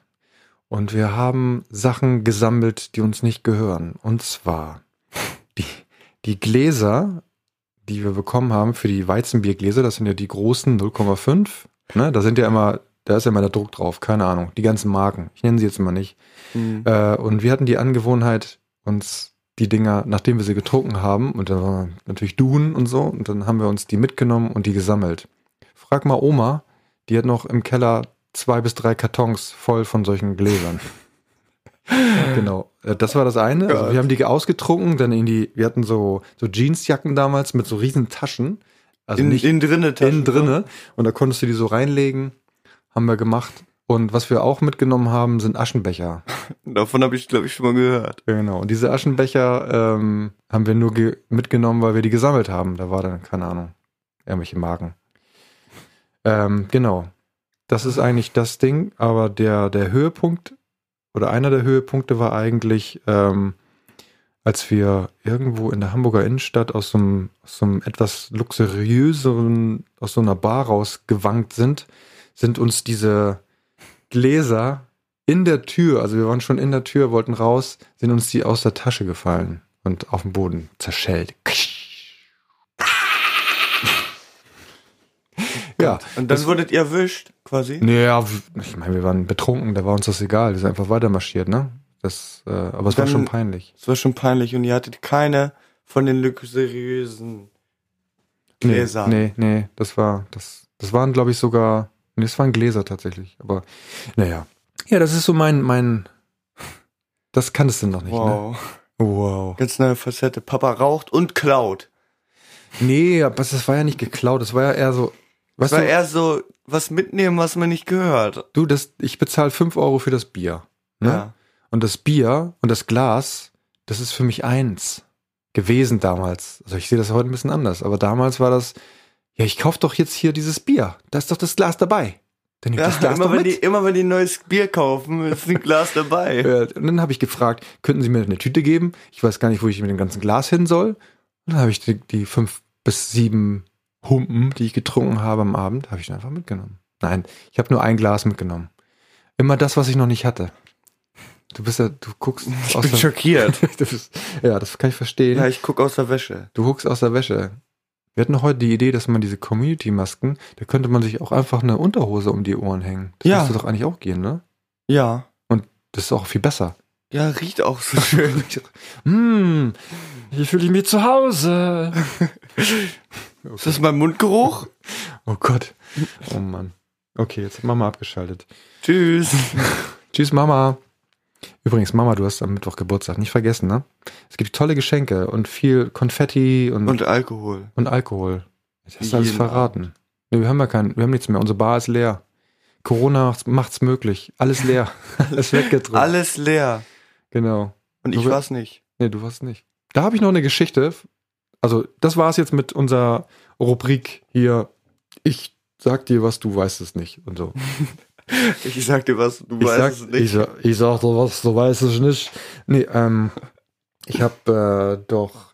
Speaker 1: Und wir haben Sachen gesammelt, die uns nicht gehören. Und zwar die, die Gläser, die wir bekommen haben für die Weizenbiergläser, das sind ja die großen 0,5. Ne? Da sind ja immer, da ist ja immer der Druck drauf, keine Ahnung. Die ganzen Marken. Ich nenne sie jetzt mal nicht.
Speaker 2: Hm.
Speaker 1: Äh, und wir hatten die Angewohnheit, uns die Dinger, nachdem wir sie getrunken haben, und dann waren wir natürlich Duen und so, und dann haben wir uns die mitgenommen und die gesammelt. Frag mal Oma, die hat noch im Keller zwei bis drei Kartons voll von solchen Gläsern. genau. Äh, Das war das eine. Also
Speaker 2: Gott.
Speaker 1: wir haben die ausgetrunken, dann in die, wir hatten so, so Jeansjacken damals mit so riesen Taschen. Also
Speaker 2: in,
Speaker 1: nicht
Speaker 2: in drinne
Speaker 1: innen drinne. Und da konntest du die so reinlegen. Haben wir gemacht. Und was wir auch mitgenommen haben, sind Aschenbecher.
Speaker 2: Davon habe ich, glaube ich, schon mal gehört.
Speaker 1: Ja, Genau. Und diese Aschenbecher ähm, haben wir nur ge- mitgenommen, weil wir die gesammelt haben. Da war dann, keine Ahnung, irgendwelche Marken. Ähm, genau. Das ist eigentlich das Ding, aber der, der Höhepunkt oder einer der Höhepunkte war eigentlich, ähm, als wir irgendwo in der Hamburger Innenstadt aus so einem, aus so einem etwas luxuriöseren, aus so einer Bar rausgewankt sind, sind uns diese Gläser in der Tür, also wir waren schon in der Tür, wollten raus, sind uns die aus der Tasche gefallen und auf den Boden zerschellt. Ja,
Speaker 2: Und dann wurdet ihr erwischt, quasi.
Speaker 1: naja, ich meine, wir waren betrunken, da war uns das egal. Wir sind einfach weitermarschiert, ne? Das, äh, aber es war
Speaker 2: Dann-
Speaker 1: schon peinlich.
Speaker 2: Das war schon peinlich und ihr hattet keine von den luxuriösen Gläser.
Speaker 1: Nee, nee, nee, das war, das, das waren, glaube ich, sogar, nee, das waren Gläser tatsächlich, aber naja. Ja, das ist so mein, mein, das kanntest du noch nicht, ne?
Speaker 2: Wow.
Speaker 1: Wow.
Speaker 2: Ganz neue Facette. Papa raucht und klaut.
Speaker 1: Nee, aber das war ja nicht geklaut, das war ja eher so, weißt
Speaker 2: Das war
Speaker 1: du,
Speaker 2: eher so was mitnehmen, was man nicht gehört.
Speaker 1: du, das, ich bezahle 5 Euro für das Bier, ne?
Speaker 2: Ja.
Speaker 1: Und das Bier und das Glas, das ist für mich eins gewesen damals. Also ich sehe das heute ein bisschen anders, aber damals war das, ja, ich kaufe doch jetzt hier dieses Bier. Da ist doch das Glas dabei. Dann nehme ich das
Speaker 2: Ja,
Speaker 1: Glas doch
Speaker 2: immer, wenn
Speaker 1: mit.
Speaker 2: die, immer wenn die ein neues Bier kaufen, ist ein Glas dabei.
Speaker 1: Äh, Und dann habe ich gefragt, könnten Sie mir eine Tüte geben? Ich weiß gar nicht, wo ich mit dem ganzen Glas hin soll. Und dann habe ich die, die fünf bis sieben Humpen, die ich getrunken habe am Abend, habe ich dann einfach mitgenommen. Nein, ich habe nur ein Glas mitgenommen. Immer das, was ich noch nicht hatte. Du bist ja, du guckst aus der-
Speaker 2: schockiert.
Speaker 1: Du bist- ja, das kann ich verstehen.
Speaker 2: Ja, ich guck aus der Wäsche.
Speaker 1: Du guckst aus der Wäsche. Wir hatten heute die Idee, dass man diese Community-Masken, da könnte man sich auch einfach eine Unterhose um die Ohren hängen. Das
Speaker 2: Ja.
Speaker 1: müsste doch eigentlich auch gehen, ne?
Speaker 2: Ja.
Speaker 1: Das ist auch viel besser.
Speaker 2: Ja, riecht auch so schön.
Speaker 1: Hm, hier fühle ich mich zu Hause.
Speaker 2: Ist das mein Mundgeruch?
Speaker 1: Oh Gott. Oh Mann. Okay, jetzt hat Mama abgeschaltet.
Speaker 2: Tschüss.
Speaker 1: Tschüss, Mama. Übrigens, Mama, du hast am Mittwoch Geburtstag. Nicht vergessen, ne? Es gibt tolle Geschenke und viel Konfetti und, und,
Speaker 2: Und Alkohol.
Speaker 1: Alkohol. Das hast du alles
Speaker 2: Jeden
Speaker 1: verraten. Nee, wir haben ja keinen, wir haben nichts mehr. Unsere Bar ist leer. Corona macht's möglich. Alles leer. Alles weggetrunken.
Speaker 2: Alles leer.
Speaker 1: Genau.
Speaker 2: Und ich
Speaker 1: Nur-
Speaker 2: war's nicht.
Speaker 1: Nee, du warst nicht. Da habe ich noch eine Geschichte. Also, das war's jetzt mit unserer Rubrik hier. Ich sag dir was, du weißt es nicht. Und so.
Speaker 2: Ich sag dir was, du
Speaker 1: ich
Speaker 2: weißt
Speaker 1: sag,
Speaker 2: es nicht.
Speaker 1: Ich, sa- ich sag dir was, du weißt es nicht. Nee, ähm, ich habe äh, doch.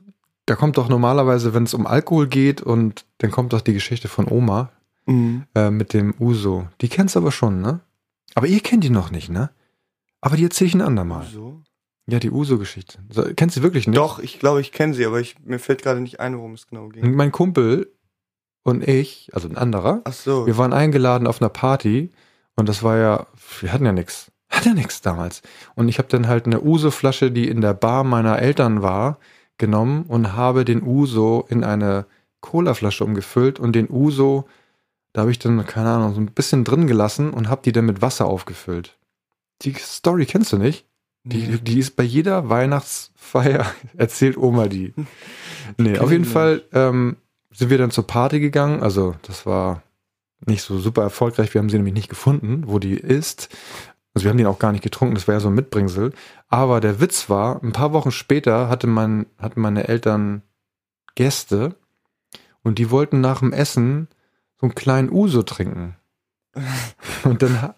Speaker 1: Da kommt doch normalerweise, wenn es um Alkohol geht, und dann kommt doch die Geschichte von Oma
Speaker 2: Mhm.
Speaker 1: äh, mit dem Uso. Die kennst du aber schon, ne? Aber ihr kennt die noch nicht, ne? Aber die erzähle ich ein andermal.
Speaker 2: So?
Speaker 1: Ja, die Uso-Geschichte. So, kennst du wirklich nicht?
Speaker 2: Doch, ich glaube, ich kenne sie, aber ich, mir fällt gerade nicht ein, worum es genau ging.
Speaker 1: Mein Kumpel und ich, also ein anderer,
Speaker 2: Ach so.
Speaker 1: wir waren eingeladen auf einer Party und das war ja, wir hatten ja nichts. Hat ja nichts damals. Und ich habe dann halt eine Uso-Flasche, die in der Bar meiner Eltern war, genommen und habe den Uso in eine Cola-Flasche umgefüllt und den Uso, da habe ich dann, keine Ahnung, so ein bisschen drin gelassen und habe die dann mit Wasser aufgefüllt. Die Story kennst du nicht? Die,
Speaker 2: Nee.
Speaker 1: die ist bei jeder Weihnachtsfeier, erzählt Oma die. Nee,
Speaker 2: Kenn
Speaker 1: auf jeden
Speaker 2: ich
Speaker 1: Fall ähm, sind wir dann zur Party gegangen. Also, das war nicht so super erfolgreich. Wir haben sie nämlich nicht gefunden, wo die ist. Also, wir haben den auch gar nicht getrunken. Das war ja so ein Mitbringsel. Aber der Witz war, ein paar Wochen später hatte mein, hatten meine Eltern Gäste und die wollten nach dem Essen so einen kleinen Uso trinken. Und dann, ha-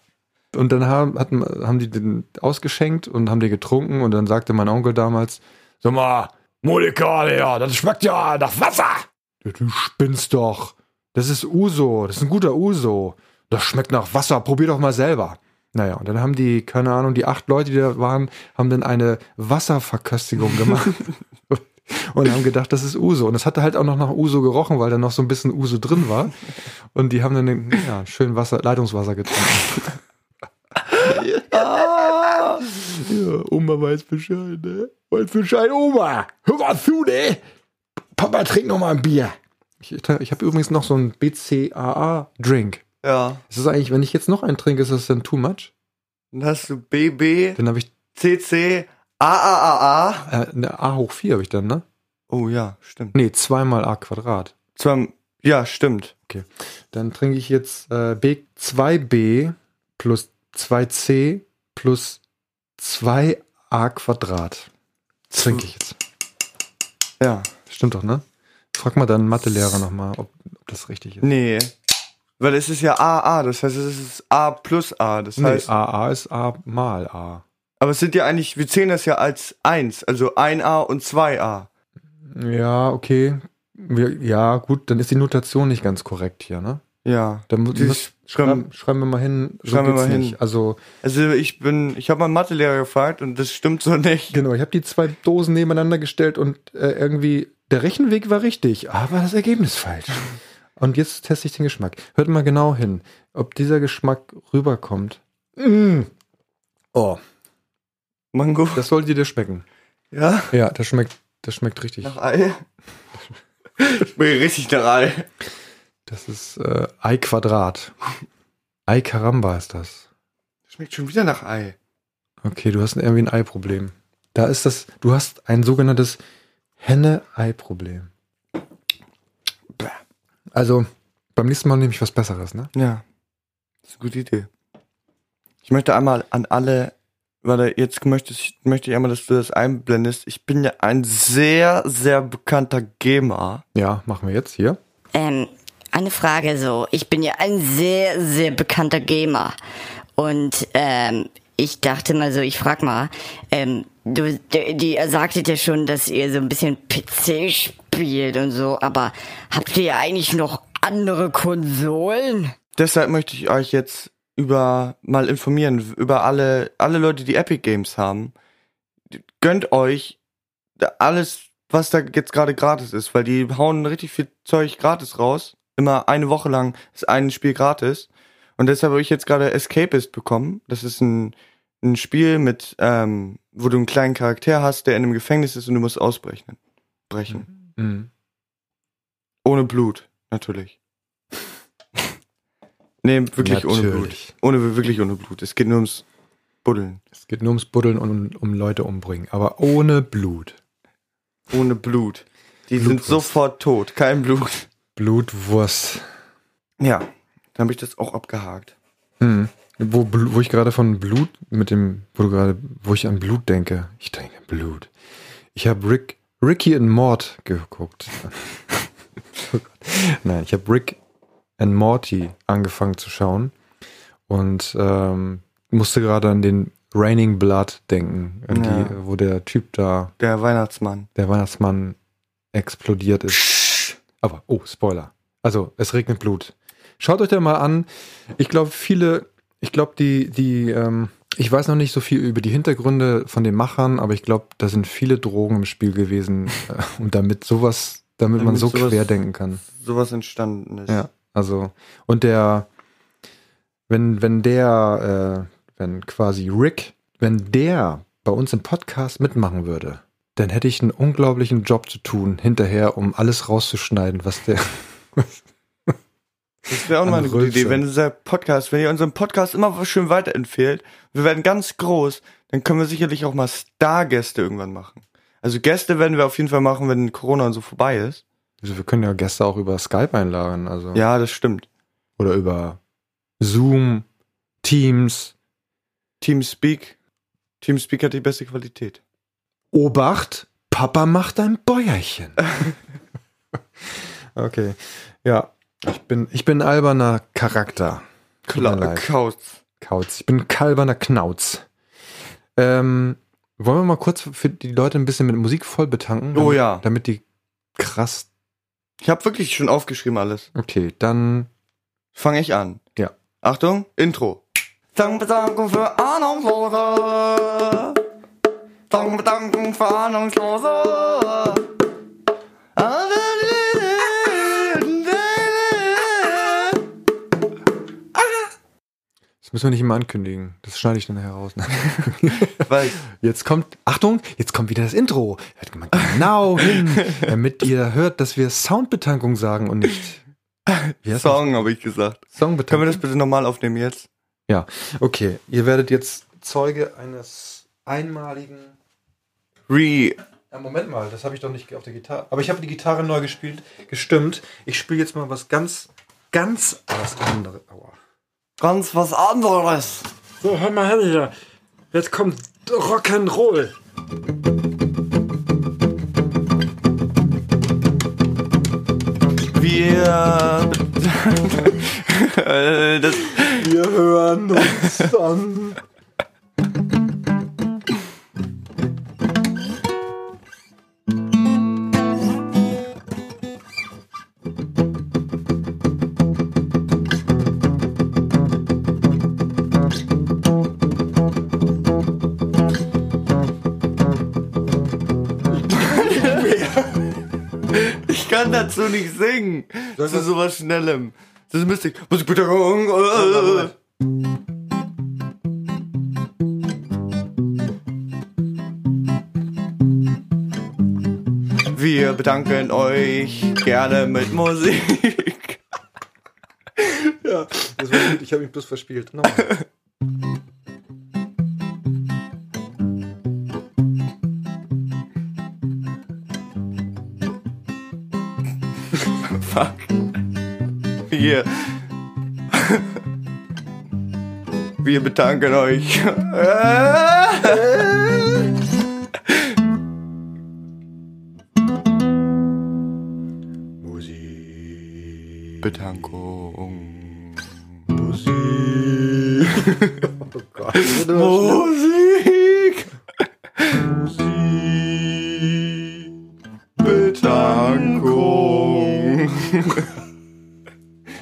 Speaker 1: und dann haben, hatten, haben die den ausgeschenkt und haben den getrunken und dann sagte mein Onkel damals, sag mal, Monika, ja, das schmeckt ja nach Wasser. Ja, Du spinnst doch. Das ist Uso, das ist ein guter Uso. Das schmeckt nach Wasser, probier doch mal selber. Naja, und dann haben die, keine Ahnung, die acht Leute, die da waren, haben dann eine Wasserverköstigung gemacht. Und haben gedacht, das ist Uso. Und das hatte halt auch noch nach Uso gerochen, weil da noch so ein bisschen Uso drin war. Und die haben dann den, ja, schön Wasser, Leitungswasser getrunken. Ja, Oma weiß Bescheid, ne? Weiß Bescheid, Oma! Hör mal zu, ne? Papa, trink noch mal ein Bier. Ich, ich habe übrigens noch so einen BCAA-Drink.
Speaker 2: Ja.
Speaker 1: Ist das eigentlich, wenn ich jetzt noch einen trinke, ist das dann too much?
Speaker 2: Dann hast du BB,
Speaker 1: Dann habe ich,
Speaker 2: CC, AAAA.
Speaker 1: äh, eine A hoch 4 habe ich dann, ne?
Speaker 2: Oh ja, stimmt.
Speaker 1: Nee, zweimal A Quadrat.
Speaker 2: Zwar, Ja, stimmt.
Speaker 1: Dann trinke ich jetzt äh, B2B plus 2C plus 2A Quadrat. Trinke ich jetzt.
Speaker 2: Ja.
Speaker 1: Stimmt doch, ne? Frag mal deinen Mathelehrer nochmal, ob, ob das richtig ist.
Speaker 2: Nee. Weil es ist ja AA, das heißt, es ist A plus A. Das
Speaker 1: Nee,
Speaker 2: heißt,
Speaker 1: AA ist A mal A.
Speaker 2: aber es sind ja eigentlich, wir zählen das ja als eins, also ein A und zwei A.
Speaker 1: Ja, okay. Wir, ja, gut, dann ist die Notation nicht ganz korrekt hier, ne?
Speaker 2: Ja.
Speaker 1: Dann mu-
Speaker 2: Die
Speaker 1: muss-
Speaker 2: schreiben-
Speaker 1: schreiben, schreiben wir mal hin.
Speaker 2: schreiben wir
Speaker 1: geht's
Speaker 2: mal hin.
Speaker 1: Nicht. Also,
Speaker 2: Also ich bin, ich habe meinen Mathelehrer gefragt und das stimmt so nicht.
Speaker 1: genau, ich habe die zwei Dosen nebeneinander gestellt und äh, irgendwie der Rechenweg war richtig, aber das Ergebnis falsch. Und jetzt teste ich den Geschmack. Hört mal genau hin, ob dieser Geschmack rüberkommt. Mm. Oh,
Speaker 2: Mango.
Speaker 1: das sollte dir schmecken.
Speaker 2: Ja.
Speaker 1: Ja, das schmeckt, das schmeckt richtig.
Speaker 2: Nach Ei. Ich bin richtig nach Ei.
Speaker 1: Das ist äh, Ei Quadrat. Ei Karamba ist das.
Speaker 2: Schmeckt schon wieder nach Ei.
Speaker 1: Okay, du hast irgendwie ein Ei-Problem. Da ist das, du hast ein sogenanntes Henne-Ei-Problem.
Speaker 2: Bäh.
Speaker 1: Also, beim nächsten Mal nehme ich was Besseres, ne?
Speaker 2: Ja. Das ist eine gute Idee. Ich möchte einmal an alle, weil jetzt möchte ich, möchte ich einmal, dass du das einblendest. Ich bin ja ein sehr, sehr bekannter Gamer.
Speaker 1: Ja, machen wir jetzt hier.
Speaker 5: Ähm, eine Frage so. Ich bin ja ein sehr, sehr bekannter Gamer. Und ähm, ich dachte mal so, ich frag mal, ähm, du, die, die sagtet ja schon, dass ihr so ein bisschen PC spielt und so, aber habt ihr ja eigentlich noch andere Konsolen?
Speaker 2: Deshalb möchte ich euch jetzt über mal informieren, über alle, alle Leute, die Epic Games haben. Gönnt euch alles, was da jetzt gerade gratis ist, weil die hauen richtig viel Zeug gratis raus. Immer eine Woche lang ist ein Spiel gratis. Und deshalb habe ich jetzt gerade Escapist bekommen. Das ist ein, ein Spiel mit, ähm, wo du einen kleinen Charakter hast, der in einem Gefängnis ist und du musst ausbrechen. Brechen. Ohne Blut, natürlich. nee, wirklich ohne Blut.
Speaker 1: Natürlich.
Speaker 2: Ohne wirklich ohne Blut. Es geht nur ums Buddeln.
Speaker 1: Es geht nur ums Buddeln und um Leute umbringen, aber ohne Blut.
Speaker 2: Ohne Blut. Die sind
Speaker 1: Blutwurst.
Speaker 2: sofort tot. Kein Blut.
Speaker 1: Blutwurst.
Speaker 2: Ja, dann habe ich das auch abgehakt.
Speaker 1: Hm. Wo, Bl- wo ich gerade von Blut mit dem, wo du gerade, wo ich an Blut denke. Ich denke an Blut. Ich habe Rick, Ricky and Mort geguckt. Oh Gott. Nein, ich habe Rick and Morty angefangen zu schauen und ähm, musste gerade an den Raining Blood denken, an die,
Speaker 2: Ja.
Speaker 1: wo der Typ da,
Speaker 2: Der Weihnachtsmann.
Speaker 1: der Weihnachtsmann explodiert ist. Aber, oh, Spoiler. Also, es regnet Blut. Schaut euch da mal an. Ich glaube, viele, ich glaube, die, die, ähm, ich weiß noch nicht so viel über die Hintergründe von den Machern, aber ich glaube, da sind viele Drogen im Spiel gewesen. äh, Und damit sowas, damit, man
Speaker 2: Damit
Speaker 1: so
Speaker 2: sowas-
Speaker 1: querdenken kann.
Speaker 2: Sowas entstanden ist.
Speaker 1: Ja, also, und der, wenn, wenn der, äh, wenn quasi Rick, wenn der bei uns im Podcast mitmachen würde, dann hätte ich einen unglaublichen Job zu tun, hinterher, um alles rauszuschneiden, was der.
Speaker 2: Das wäre auch mal eine gute
Speaker 1: Rülpsen.
Speaker 2: Idee, wenn dieser Podcast, wenn ihr unseren Podcast immer schön weiterempfehlt, wir werden ganz groß, dann können wir sicherlich auch mal Stargäste irgendwann machen. Also Gäste werden wir auf jeden Fall machen, wenn Corona und so vorbei ist.
Speaker 1: Also wir können ja Gäste auch über Skype einladen, also.
Speaker 2: Ja, das stimmt.
Speaker 1: Oder über Zoom, Teams.
Speaker 2: Teamspeak. Teamspeak hat die beste Qualität.
Speaker 1: Obacht, Papa macht ein Bäuerchen. okay. Ja. Ich bin, ich bin ein alberner Charakter. Tut mir leid.
Speaker 2: Kauz.
Speaker 1: Kauz. Ich bin kalberner Knauz. Ähm, wollen wir mal kurz für die Leute ein bisschen mit Musik voll betanken?
Speaker 2: Oh
Speaker 1: damit,
Speaker 2: ja.
Speaker 1: Damit die krass.
Speaker 2: Ich habe wirklich schon aufgeschrieben alles.
Speaker 1: Okay, dann.
Speaker 2: Fange ich an.
Speaker 1: Ja.
Speaker 2: Achtung, Intro. Dank Bedankung für Ahnungslose. Dank Bedankung für Ahnungslose.
Speaker 1: Das müssen wir nicht immer ankündigen. Das schneide ich dann heraus.
Speaker 2: Weil
Speaker 1: Jetzt kommt, Achtung, jetzt kommt wieder das Intro. Hört mal genau hin, damit ihr hört, dass wir Soundbetankung sagen und nicht Wie heißt
Speaker 2: Song habe ich gesagt.
Speaker 1: das? Songbetankung.
Speaker 2: Können wir das bitte nochmal aufnehmen jetzt?
Speaker 1: Ja, okay. Ihr werdet jetzt Zeuge eines einmaligen
Speaker 2: Re
Speaker 1: Ja, Moment mal, das habe ich doch nicht auf der Gitarre. Aber ich habe die Gitarre neu gespielt, gestimmt. Ich spiele jetzt mal was ganz, ganz was anderes. Aua.
Speaker 2: Ganz was anderes.
Speaker 6: So, hör mal her hier. Jetzt kommt Rock'n'Roll.
Speaker 2: Wir. Äh, das,
Speaker 1: Wir hören uns an.
Speaker 2: ich kann dazu nicht singen.
Speaker 1: Soll
Speaker 2: Zu
Speaker 1: ich-
Speaker 2: sowas Schnellem. Das ist Mystik. Muss ich bitte gucken? Äh, Wir bedanken euch gerne mit Musik.
Speaker 1: Das war gut, ich habe mich bloß verspielt. Nochmal.
Speaker 2: Fuck. Wir. Wir bedanken euch. Musik. Betankung. Musik.
Speaker 1: Oh Gott. Das war schnell.
Speaker 2: Musik. Musik. Betankung.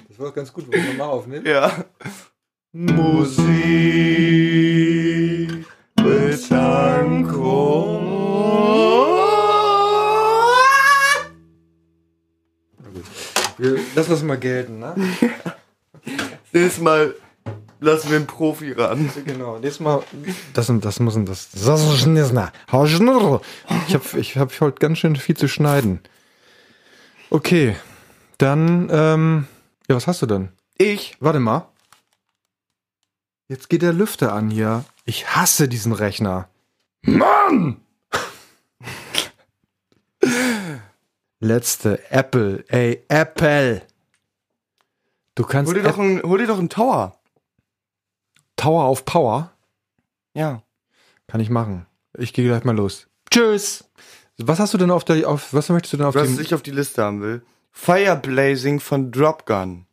Speaker 1: Das war ganz gut, wenn man mal ne? aufnimmt.
Speaker 2: Ja. Musik. Betankung.
Speaker 1: Wir lassen das mal gelten, ne?
Speaker 2: Nächstes Mal lassen wir einen Profi ran.
Speaker 1: Genau, nächstes Mal. Das und das muss und das. So, so, schnell, na. Hau Schnurr. Ich habe ich hab heute ganz schön viel zu schneiden. Okay, dann, ähm, ja, was hast du denn?
Speaker 2: Ich?
Speaker 1: Warte mal. Jetzt geht der Lüfter an hier. Ich hasse diesen Rechner. Mann! Letzte Apple. Ey, Apple. Du kannst
Speaker 2: Hol dir, doch
Speaker 1: App-
Speaker 2: einen, hol dir doch einen Tower.
Speaker 1: Tower auf Power.
Speaker 2: Ja.
Speaker 1: Kann ich machen. Ich gehe gleich mal los. Tschüss. Was hast du denn auf der auf was möchtest du denn auf
Speaker 2: Was
Speaker 1: dem
Speaker 2: ich auf die Liste haben will. Fireblazing von Dropgun.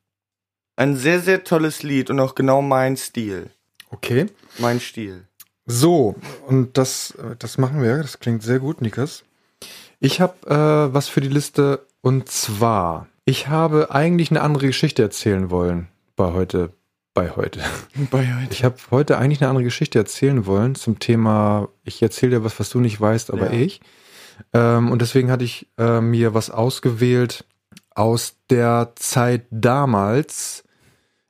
Speaker 2: Ein sehr, sehr tolles Lied und auch genau mein Stil.
Speaker 1: Okay.
Speaker 2: Mein Stil.
Speaker 1: So, und das äh, das machen wir. Das klingt sehr gut, Nikas. Ich habe äh, was für die Liste und zwar ich habe eigentlich eine andere Geschichte erzählen wollen bei heute bei heute.
Speaker 2: Bei heute.
Speaker 1: Ich habe heute eigentlich eine andere Geschichte erzählen wollen zum Thema, ich erzähle dir was, was du nicht weißt, aber
Speaker 2: Ja.
Speaker 1: ich. Ähm, und deswegen hatte ich äh, mir was ausgewählt aus der Zeit damals,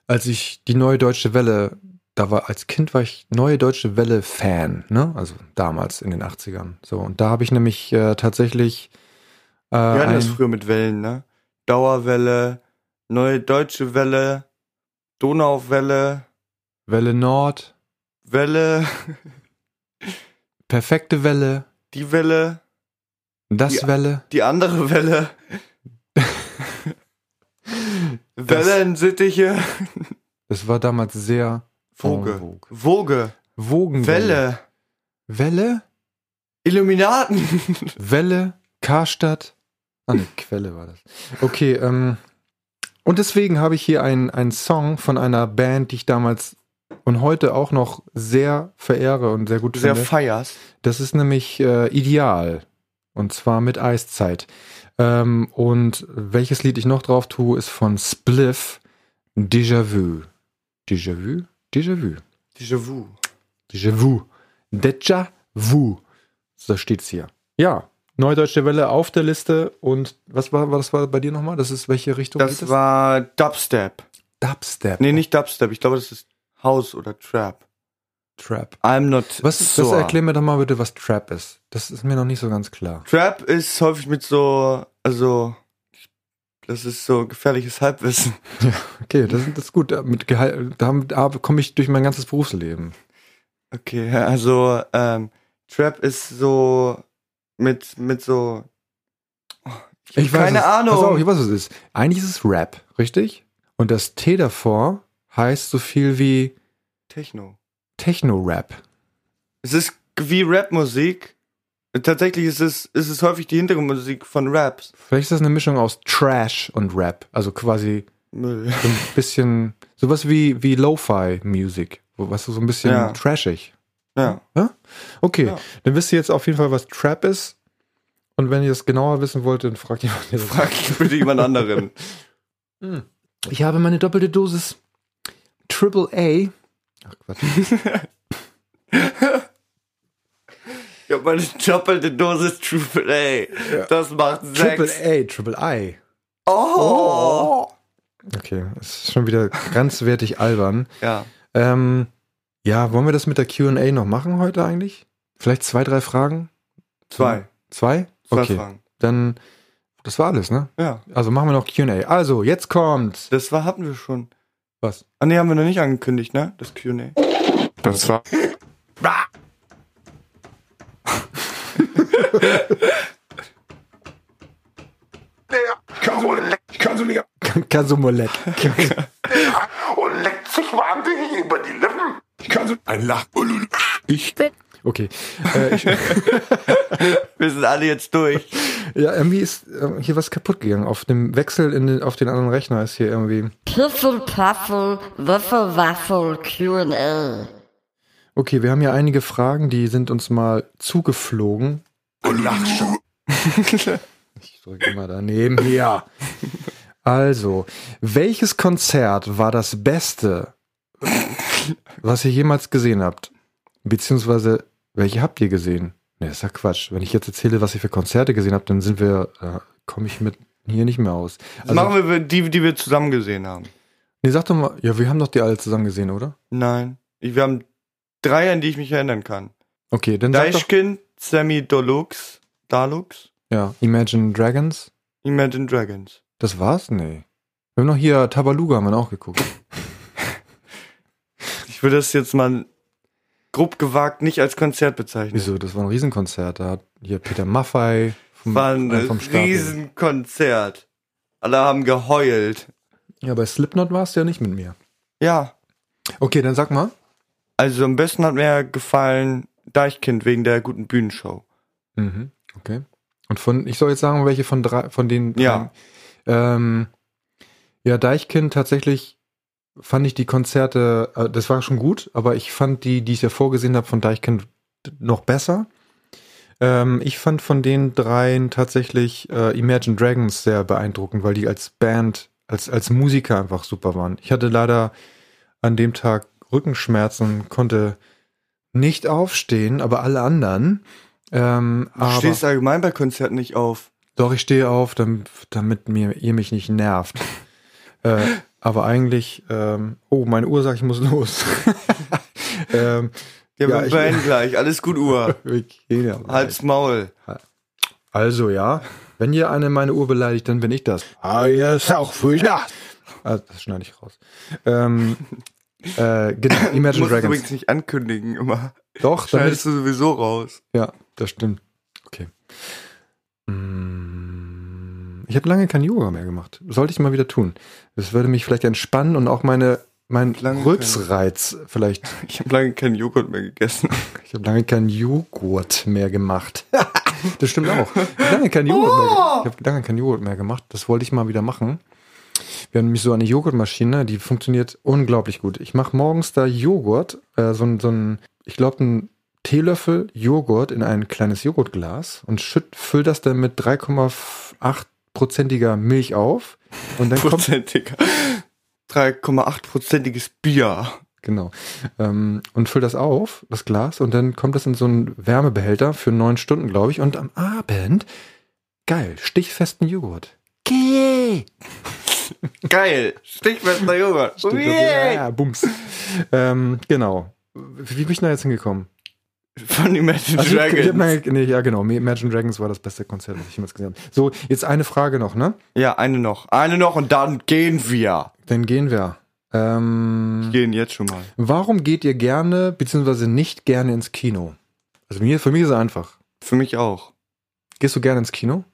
Speaker 1: als ich die Neue Deutsche Welle, da war als Kind war ich Neue Deutsche Welle Fan, ne? Also damals in den 80ern. So, und da habe ich nämlich äh, tatsächlich äh,
Speaker 2: Wir hatten das
Speaker 1: ein,
Speaker 2: früher mit Wellen, ne? Dauerwelle, neue deutsche Welle, Donauwelle,
Speaker 1: Welle Nord,
Speaker 2: Welle,
Speaker 1: perfekte Welle,
Speaker 2: die Welle,
Speaker 1: das
Speaker 2: Die-
Speaker 1: Welle.
Speaker 2: die andere Welle. Wellensittiche.
Speaker 1: Das war damals sehr en
Speaker 2: Woge.
Speaker 1: vogue.
Speaker 2: Woge.
Speaker 1: Wogenwelle.
Speaker 2: Welle.
Speaker 1: Welle?
Speaker 2: Illuminaten.
Speaker 1: Welle, Karstadt. Ah, ne, Quelle war das. Okay, ähm, und deswegen habe ich hier einen, einen Song von einer Band, die ich damals und heute auch noch sehr verehre und sehr gut
Speaker 2: Sehr
Speaker 1: finde.
Speaker 2: feierst.
Speaker 1: Das ist nämlich äh, Ideal. Und zwar mit Eiszeit. Ähm, und welches Lied ich noch drauf tue, ist von Spliff Déjà-vu. Déjà-vu? Déjà-vu.
Speaker 2: Déjà-vu.
Speaker 1: Déjà-vu. Déjà-vu. So steht's hier. Ja, Neudeutsche Welle auf der Liste. Und was war, was war bei dir nochmal? Das ist welche Richtung?
Speaker 2: Das war Dubstep.
Speaker 1: Dubstep.
Speaker 2: Nee, nicht Dubstep. Ich glaube, das ist House oder Trap.
Speaker 1: Trap.
Speaker 2: I'm not
Speaker 1: Was,
Speaker 2: sure.
Speaker 1: was erklär mir doch mal bitte, was Trap ist. Das ist mir noch nicht so ganz klar.
Speaker 2: Trap ist häufig mit so, also, das ist so gefährliches Halbwissen.
Speaker 1: Okay, das, das ist gut. Äh, Mit Gehal da, haben- da komme ich durch mein ganzes Berufsleben.
Speaker 2: Okay, also, ähm, Trap ist so mit, mit so.
Speaker 1: Ich, ich
Speaker 2: keine
Speaker 1: es.
Speaker 2: Ahnung.
Speaker 1: Pass auf, ich weiß, was es ist. Eigentlich ist es Rap, richtig? Und das T davor heißt so viel wie
Speaker 2: Techno.
Speaker 1: Techno-Rap.
Speaker 2: Es ist wie Rap-Musik. Tatsächlich ist es, ist es häufig die Hintergrundmusik von Raps.
Speaker 1: Vielleicht ist das eine Mischung aus Trash und Rap. Also quasi
Speaker 2: Müll.
Speaker 1: so ein bisschen, sowas wie, wie Lo-Fi-Music. Wo- Weißt du, so ein bisschen
Speaker 2: Ja.
Speaker 1: trashig.
Speaker 2: Ja.
Speaker 1: Okay,
Speaker 2: Ja.
Speaker 1: dann wisst ihr jetzt auf jeden Fall, was Trap ist. Und wenn ihr das genauer wissen wollt, dann fragt jemand. der das
Speaker 2: Frag bitte jemand anderen.
Speaker 1: Ich habe meine doppelte Dosis Triple A. Ach Quatsch.
Speaker 2: Ich hab meine doppelte Dosis Triple A. Das macht
Speaker 1: Triple
Speaker 2: sechs.
Speaker 1: A, Triple I.
Speaker 2: Oh.
Speaker 1: Okay, das ist schon wieder grenzwertig albern.
Speaker 2: Ja.
Speaker 1: Ähm, ja, wollen wir das mit der QA noch machen heute eigentlich? Vielleicht zwei, drei Fragen?
Speaker 2: Zwei.
Speaker 1: Zwei?
Speaker 2: Zwei
Speaker 1: okay,
Speaker 2: Fragen.
Speaker 1: dann, das war alles, ne?
Speaker 2: Ja.
Speaker 1: Also machen wir noch QA. Also, jetzt kommt.
Speaker 2: Das war, hatten wir schon.
Speaker 1: Was?
Speaker 2: Ah, nee, haben wir noch nicht angekündigt, ne? Das Q&A.
Speaker 4: Das war
Speaker 1: Kasumolek.
Speaker 4: ein Lach.
Speaker 1: Okay. Äh, ich,
Speaker 2: Wir sind alle jetzt durch.
Speaker 1: ja, irgendwie ist äh, hier was kaputt gegangen. Auf dem Wechsel in den, auf den anderen Rechner ist hier irgendwie.
Speaker 5: Piffel, Paffel, Würfel, Waffel, Q&A.
Speaker 1: Okay, wir haben hier einige Fragen, die sind uns mal zugeflogen. Ich drücke immer daneben hier. Also, welches Konzert war das Beste, was ihr jemals gesehen habt? Beziehungsweise, welche habt ihr gesehen? Ne, ist ja Quatsch. Wenn ich jetzt erzähle, was ich für Konzerte gesehen habe, dann sind wir, äh, komme ich mit hier nicht mehr aus. Also,
Speaker 2: Das machen wir die, die wir zusammen gesehen haben.
Speaker 1: Nee, sag doch mal, ja, wir haben doch die alle zusammen gesehen, oder?
Speaker 2: Nein. Ich- Wir haben drei, an die ich mich erinnern kann.
Speaker 1: Okay, dann sag doch,
Speaker 2: Deichkind, Sammy Deluxe, Dalux,
Speaker 1: ja, Imagine Dragons.
Speaker 2: Imagine Dragons.
Speaker 1: Das war's? Nee. Wir haben noch hier Tabaluga, haben wir auch geguckt.
Speaker 2: Ich würde das jetzt mal grob gewagt nicht als Konzert bezeichnen.
Speaker 1: Wieso? Das war ein Riesenkonzert. Da hat hier Peter Maffei vom,
Speaker 2: War ein
Speaker 1: äh, vom Stapel.
Speaker 2: Riesenkonzert. Alle haben geheult.
Speaker 1: Ja, bei Slipknot warst du ja nicht mit mir.
Speaker 2: Ja,
Speaker 1: Okay, dann sag mal.
Speaker 2: also am besten hat mir gefallen Deichkind wegen der guten Bühnenshow.
Speaker 1: Mhm. Okay. Und von, ich soll jetzt sagen, welche von drei, von den drei-
Speaker 2: Ja.
Speaker 1: Ähm, ja, Deichkind tatsächlich fand ich die Konzerte, äh, das war schon gut, aber ich fand die, die ich ja vorgesehen habe von Deichkind noch besser. Ähm, ich fand von den dreien tatsächlich äh, Imagine Dragons sehr beeindruckend, weil die als Band, als, als Musiker einfach super waren. Ich hatte leider an dem Tag Rückenschmerzen, konnte nicht aufstehen, aber alle anderen. Ähm,
Speaker 2: Du
Speaker 1: aber
Speaker 2: stehst allgemein bei Konzerten nicht auf.
Speaker 1: doch, ich stehe auf, damit, damit mir, ihr mich nicht nervt. äh, aber eigentlich, ähm, oh, meine Uhr sagt, ich muss los. ähm, Ja,
Speaker 2: Ja, wir
Speaker 1: ich-
Speaker 2: beenden gleich. Alles gut, Uhr.
Speaker 1: wir gehen ja mal.
Speaker 2: Halt's Maul.
Speaker 1: Also ja, wenn ihr eine meine Uhr beleidigt, dann bin ich das. Ah, ja, ist auch für das. Also, das schneide ich raus. Ähm, äh, genau,
Speaker 2: Du
Speaker 1: Imagine
Speaker 2: musst es
Speaker 1: Dragons.
Speaker 2: übrigens nicht ankündigen immer.
Speaker 1: Doch, damit,
Speaker 2: Schneidest du sowieso raus.
Speaker 1: Ja, das stimmt. Okay. Mm, Ich habe lange kein Yoga mehr gemacht. Sollte ich mal wieder tun. Das würde mich vielleicht entspannen und auch meine mein
Speaker 2: Lange kein-
Speaker 1: Rülpsreiz vielleicht.
Speaker 2: Ich habe lange keinen Joghurt mehr gegessen.
Speaker 1: Ich habe lange keinen Joghurt mehr gemacht. das stimmt auch. Ich habe lange keinen Joghurt mehr. ge- Ich habe lange keinen Joghurt mehr gemacht. Das wollte ich mal wieder machen. Wir haben nämlich so eine Joghurtmaschine, die funktioniert unglaublich gut. Ich mache morgens da Joghurt, äh, so ein, so ein ich glaube, ein Teelöffel Joghurt in ein kleines Joghurtglas und schütt, füll das dann mit 3,8-prozentiger Milch auf. Und dann kommt,
Speaker 2: Prozentiger. 3,8-prozentiges Bier.
Speaker 1: Genau. Ähm, und füll das auf, das Glas, und dann kommt das in so einen Wärmebehälter für neun Stunden, glaube ich. Und am Abend, geil, stichfesten Joghurt. Geil.
Speaker 2: Geil. Stichfester Joghurt.
Speaker 1: Ja, bums. ähm, genau. Wie bin ich da jetzt hingekommen?
Speaker 2: Von Imagine
Speaker 1: Also ich, ich hab
Speaker 2: Dragons.
Speaker 1: mal, nee, ja, genau. Imagine Dragons war das beste Konzert, was ich jemals gesehen habe. So, jetzt eine Frage noch, ne?
Speaker 2: Ja, eine noch. Eine noch und dann gehen wir.
Speaker 1: Dann gehen wir. Ähm,
Speaker 2: Gehen jetzt schon mal.
Speaker 1: warum geht ihr gerne, beziehungsweise nicht gerne ins Kino? Also mir, für mich ist es einfach.
Speaker 2: Für mich auch.
Speaker 1: Gehst du gerne ins Kino?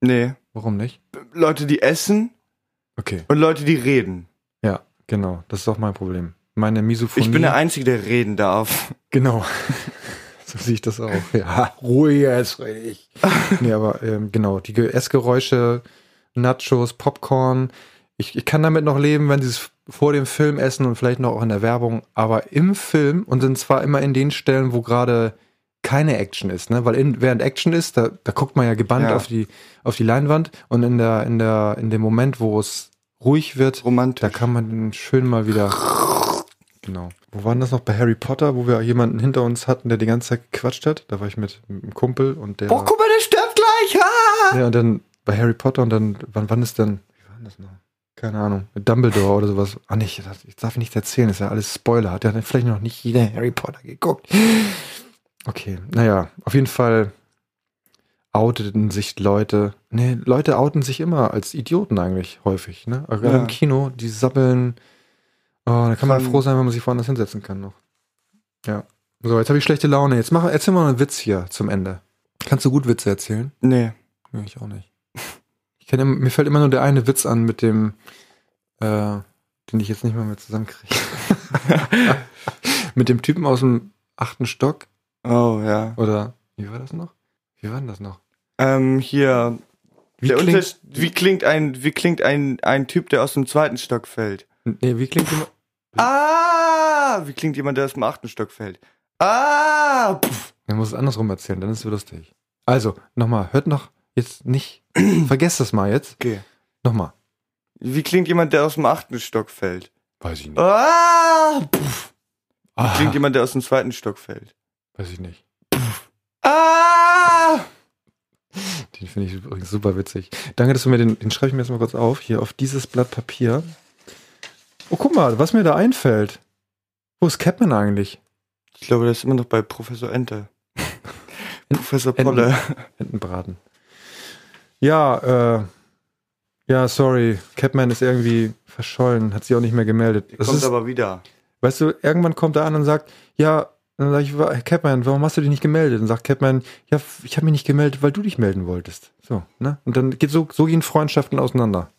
Speaker 2: Nee.
Speaker 1: Warum nicht?
Speaker 2: Leute, die essen
Speaker 1: Okay.
Speaker 2: und Leute, die reden.
Speaker 1: Ja, genau. Das ist auch mein Problem. Meine Misophonie.
Speaker 2: Ich bin der Einzige, der reden darf.
Speaker 1: Genau. so sehe ich das auch.
Speaker 2: Ah,
Speaker 1: Ja, ruhiger ist richtig. nee, aber ähm, genau, die Ge- Essgeräusche, Nachos, Popcorn. Ich, ich kann damit noch leben, wenn sie es vor dem Film essen und vielleicht noch auch in der Werbung, aber im Film und sind zwar immer in den Stellen, wo gerade keine Action ist, ne? Weil in, während Action ist, da, da guckt man ja gebannt
Speaker 2: Ja.
Speaker 1: auf die auf die Leinwand und in der in der in dem Moment, wo es ruhig wird, da
Speaker 2: Romantisch.
Speaker 1: kann man schön mal wieder. Genau. Wo waren das noch bei Harry Potter, wo wir jemanden hinter uns hatten, der die ganze Zeit gequatscht hat? Da war ich mit einem Kumpel und der.
Speaker 2: Oh, guck mal, der stirbt gleich. Ah!
Speaker 1: ja, und dann bei Harry Potter und dann, wann, wann ist denn. Wie war denn das noch? Keine Ahnung. Mit Dumbledore oder sowas. Ah, nicht, das, ich darf nichts erzählen, ist ja alles Spoiler. Hat ja vielleicht noch nicht jeder Harry Potter geguckt. Okay, naja, auf jeden Fall outeten sich Leute. Nee, Leute outen sich immer als Idioten eigentlich häufig, ne? Aber Gerade
Speaker 2: Ja.
Speaker 1: im Kino, die sabbeln. Oh, da kann man
Speaker 2: Kann-
Speaker 1: froh sein, wenn man sich woanders hinsetzen kann noch. Ja. So, jetzt habe ich schlechte Laune. Jetzt mach, erzähl mal einen Witz hier zum Ende. Kannst du gut Witze erzählen?
Speaker 2: Nee.
Speaker 1: Nee, ich auch nicht. Ich kenn, im- mir fällt immer nur der eine Witz an mit dem, äh, den ich jetzt nicht mal mehr zusammenkriege. mit dem Typen aus dem achten Stock
Speaker 2: Oh, ja.
Speaker 1: oder wie war das noch? Wie war denn das noch?
Speaker 2: Ähm, hier.
Speaker 1: Wie
Speaker 2: der
Speaker 1: klingt-
Speaker 2: Unters- wie klingt ein, wie klingt ein, ein Typ, der aus dem zweiten Stock fällt?
Speaker 1: Nee, wie klingt immer?
Speaker 2: Ah! Wie klingt jemand, der aus dem achten Stock fällt? Ah! Pff.
Speaker 1: Man muss es andersrum erzählen, dann ist es lustig. Also, nochmal, hört noch jetzt nicht, vergesst das mal jetzt.
Speaker 2: Okay.
Speaker 1: Nochmal.
Speaker 2: Wie klingt jemand, der aus dem achten Stock fällt?
Speaker 1: Weiß ich nicht.
Speaker 2: Ah! Pff. Wie
Speaker 1: Ah,
Speaker 2: klingt jemand, der aus dem zweiten Stock fällt?
Speaker 1: weiß ich nicht.
Speaker 2: Ah!
Speaker 1: Den finde ich übrigens super witzig. Danke, dass du mir den, den schreibe ich mir jetzt mal kurz auf, hier auf dieses Blatt Papier. Oh, guck mal, was mir da einfällt. Wo ist Catman eigentlich?
Speaker 2: Ich glaube, das ist immer noch bei Professor Ente. Professor
Speaker 1: Enten.
Speaker 2: Polle.
Speaker 1: Entenbraten. Ja, äh, ja, sorry. Catman ist irgendwie verschollen, hat sich auch nicht mehr gemeldet. Das
Speaker 2: Kommt
Speaker 1: ist,
Speaker 2: aber wieder.
Speaker 1: Weißt du, irgendwann kommt er an und sagt, ja, dann sag ich, wa- Capman, warum hast du dich nicht gemeldet? Dann sagt Capman, ja, f- ich habe mich nicht gemeldet, weil du dich melden wolltest. So, ne? Und dann geht so, so gehen Freundschaften auseinander.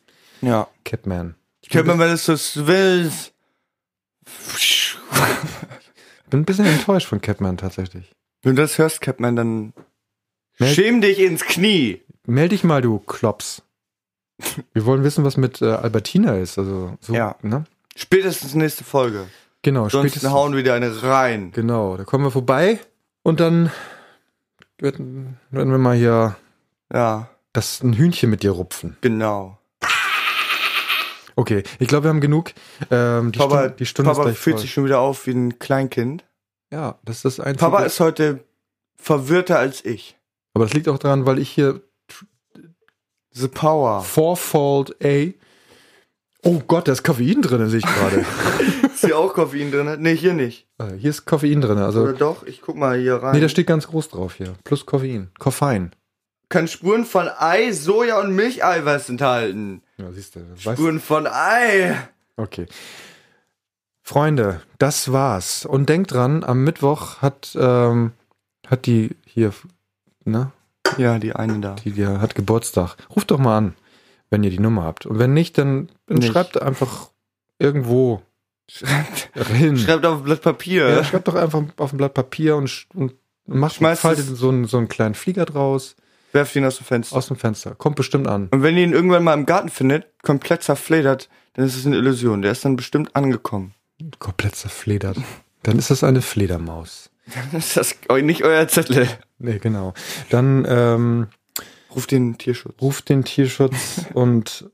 Speaker 2: Ja.
Speaker 1: Capman.
Speaker 2: Ich könnte mir, wenn es das willst.
Speaker 1: Bin ein bisschen enttäuscht von Capman tatsächlich.
Speaker 2: Wenn du das hörst, Capman, dann
Speaker 1: Meld-
Speaker 2: schäm dich ins Knie.
Speaker 1: Meld dich mal, du Klops. Wir wollen wissen, was mit äh, Albertina ist. Also so,
Speaker 2: Ja.
Speaker 1: ne?
Speaker 2: Spätestens nächste Folge.
Speaker 1: Genau,
Speaker 2: Sonst hauen wir dir eine rein.
Speaker 1: Genau, da kommen wir vorbei und dann werden, werden wir mal hier
Speaker 2: Ja,
Speaker 1: das ein Hühnchen mit dir rupfen.
Speaker 2: genau.
Speaker 1: Okay, ich glaube, wir haben genug. Ähm, die,
Speaker 2: Papa,
Speaker 1: Stunde, die Stunde
Speaker 2: Papa
Speaker 1: ist gleich
Speaker 2: fühlt
Speaker 1: voll.
Speaker 2: sich schon wieder auf wie ein Kleinkind.
Speaker 1: Ja, das ist das Einzige.
Speaker 2: Papa ist heute verwirrter als ich.
Speaker 1: aber das liegt auch daran, weil ich hier
Speaker 2: The Power.
Speaker 1: Fourfold A. Oh Gott, da ist Koffein drin, sehe ich gerade.
Speaker 2: Ist hier auch Koffein drin? Nee, hier nicht.
Speaker 1: Äh, hier ist Koffein drin,
Speaker 2: Oder
Speaker 1: also.
Speaker 2: doch? Ich guck mal hier rein.
Speaker 1: Nee, da steht ganz groß drauf hier. Plus Koffein. Koffein.
Speaker 2: Kann Spuren von Ei, Soja und Milcheiweiß enthalten.
Speaker 1: Ja, siehst du. Weißt,
Speaker 2: Spuren von Ei.
Speaker 1: okay. Freunde, das war's. Und denkt dran, am Mittwoch hat, ähm, hat die hier, ne?
Speaker 2: Ja, die eine da.
Speaker 1: die, die hat Geburtstag. Ruft doch mal an, wenn ihr die Nummer habt. Und wenn nicht, dann, dann
Speaker 2: Nicht.
Speaker 1: schreibt einfach irgendwo
Speaker 2: Schreibt,
Speaker 1: hin.
Speaker 2: schreibt auf ein Blatt Papier.
Speaker 1: ja, schreibt doch einfach auf ein Blatt Papier und, sch- und macht
Speaker 2: Schmeißt
Speaker 1: faltet
Speaker 2: es-
Speaker 1: so einen, so einen kleinen Flieger draus
Speaker 2: Werft ihn aus dem Fenster.
Speaker 1: aus dem Fenster. Kommt bestimmt an.
Speaker 2: Und wenn ihr ihn irgendwann mal im Garten findet, komplett zerfledert, dann ist es eine Illusion. Der ist dann bestimmt angekommen.
Speaker 1: Komplett zerfledert. Dann ist das eine Fledermaus.
Speaker 2: Das ist das eu- nicht euer Zettel.
Speaker 1: Nee, genau. Dann ähm,
Speaker 2: Ruft den Tierschutz.
Speaker 1: ruft den Tierschutz und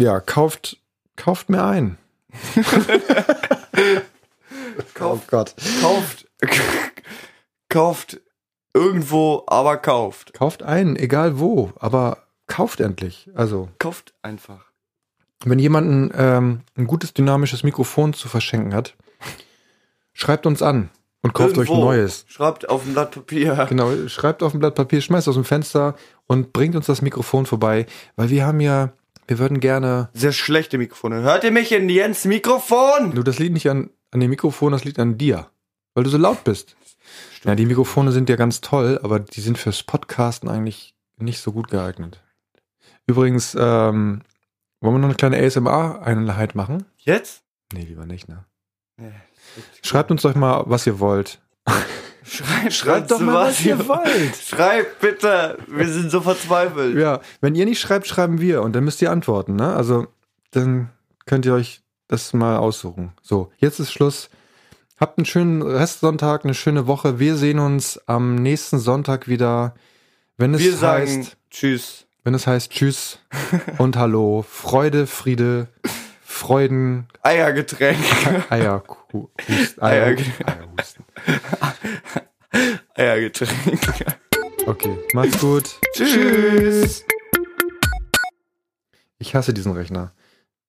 Speaker 1: ja, kauft, kauft mir ein.
Speaker 2: Kauft.
Speaker 1: Oh Gott.
Speaker 2: Kauft. kauft irgendwo, aber kauft.
Speaker 1: Kauft ein, egal wo, aber kauft endlich. Also
Speaker 2: Kauft einfach.
Speaker 1: Wenn jemand ein, ähm, ein gutes dynamisches Mikrofon zu verschenken hat, schreibt uns an und kauft euch ein
Speaker 2: Irgendwo.
Speaker 1: neues.
Speaker 2: Schreibt auf ein Blatt Papier.
Speaker 1: Genau, schreibt auf ein Blatt Papier, schmeißt aus dem Fenster und bringt uns das Mikrofon vorbei, weil wir haben ja, wir würden gerne.
Speaker 2: Sehr schlechte Mikrofone. Hört ihr mich in Jens Mikrofon?
Speaker 1: Du, das liegt nicht an, an dem Mikrofon, das liegt an dir, weil du so laut bist. Ja, die Mikrofone sind ja ganz toll, aber die sind fürs Podcasten eigentlich nicht so gut geeignet. Übrigens, ähm, wollen wir noch eine kleine ASMR-Einheit machen?
Speaker 2: Jetzt?
Speaker 1: Nee, lieber nicht, ne?
Speaker 2: Nee.
Speaker 1: Schreibt uns doch mal, was ihr wollt.
Speaker 2: Schreibt,
Speaker 1: Schreibt doch mal, was ihr wollt.
Speaker 2: Schreibt bitte. Wir sind so verzweifelt.
Speaker 1: Ja, wenn ihr nicht schreibt, schreiben wir und dann müsst ihr antworten, ne? Also, dann könnt ihr euch das mal aussuchen. So, jetzt ist Schluss. Habt einen schönen Restsonntag, eine schöne Woche. Wir sehen uns am nächsten Sonntag wieder, wenn es
Speaker 2: Wir sagen
Speaker 1: heißt,
Speaker 2: Tschüss.
Speaker 1: wenn es heißt Tschüss und Hallo, Freude, Friede, Freuden,
Speaker 2: Eiergetränk.
Speaker 1: Eierkuh, Husten, Eier,
Speaker 2: Eier-
Speaker 1: Eierhusten.
Speaker 2: Eiergetränk.
Speaker 1: Okay, macht's gut.
Speaker 2: Tschüss.
Speaker 1: Ich hasse diesen Rechner.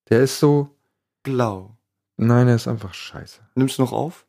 Speaker 1: Der ist so,
Speaker 2: Blau.
Speaker 1: nein, der ist einfach scheiße.
Speaker 2: Nimmst du noch auf?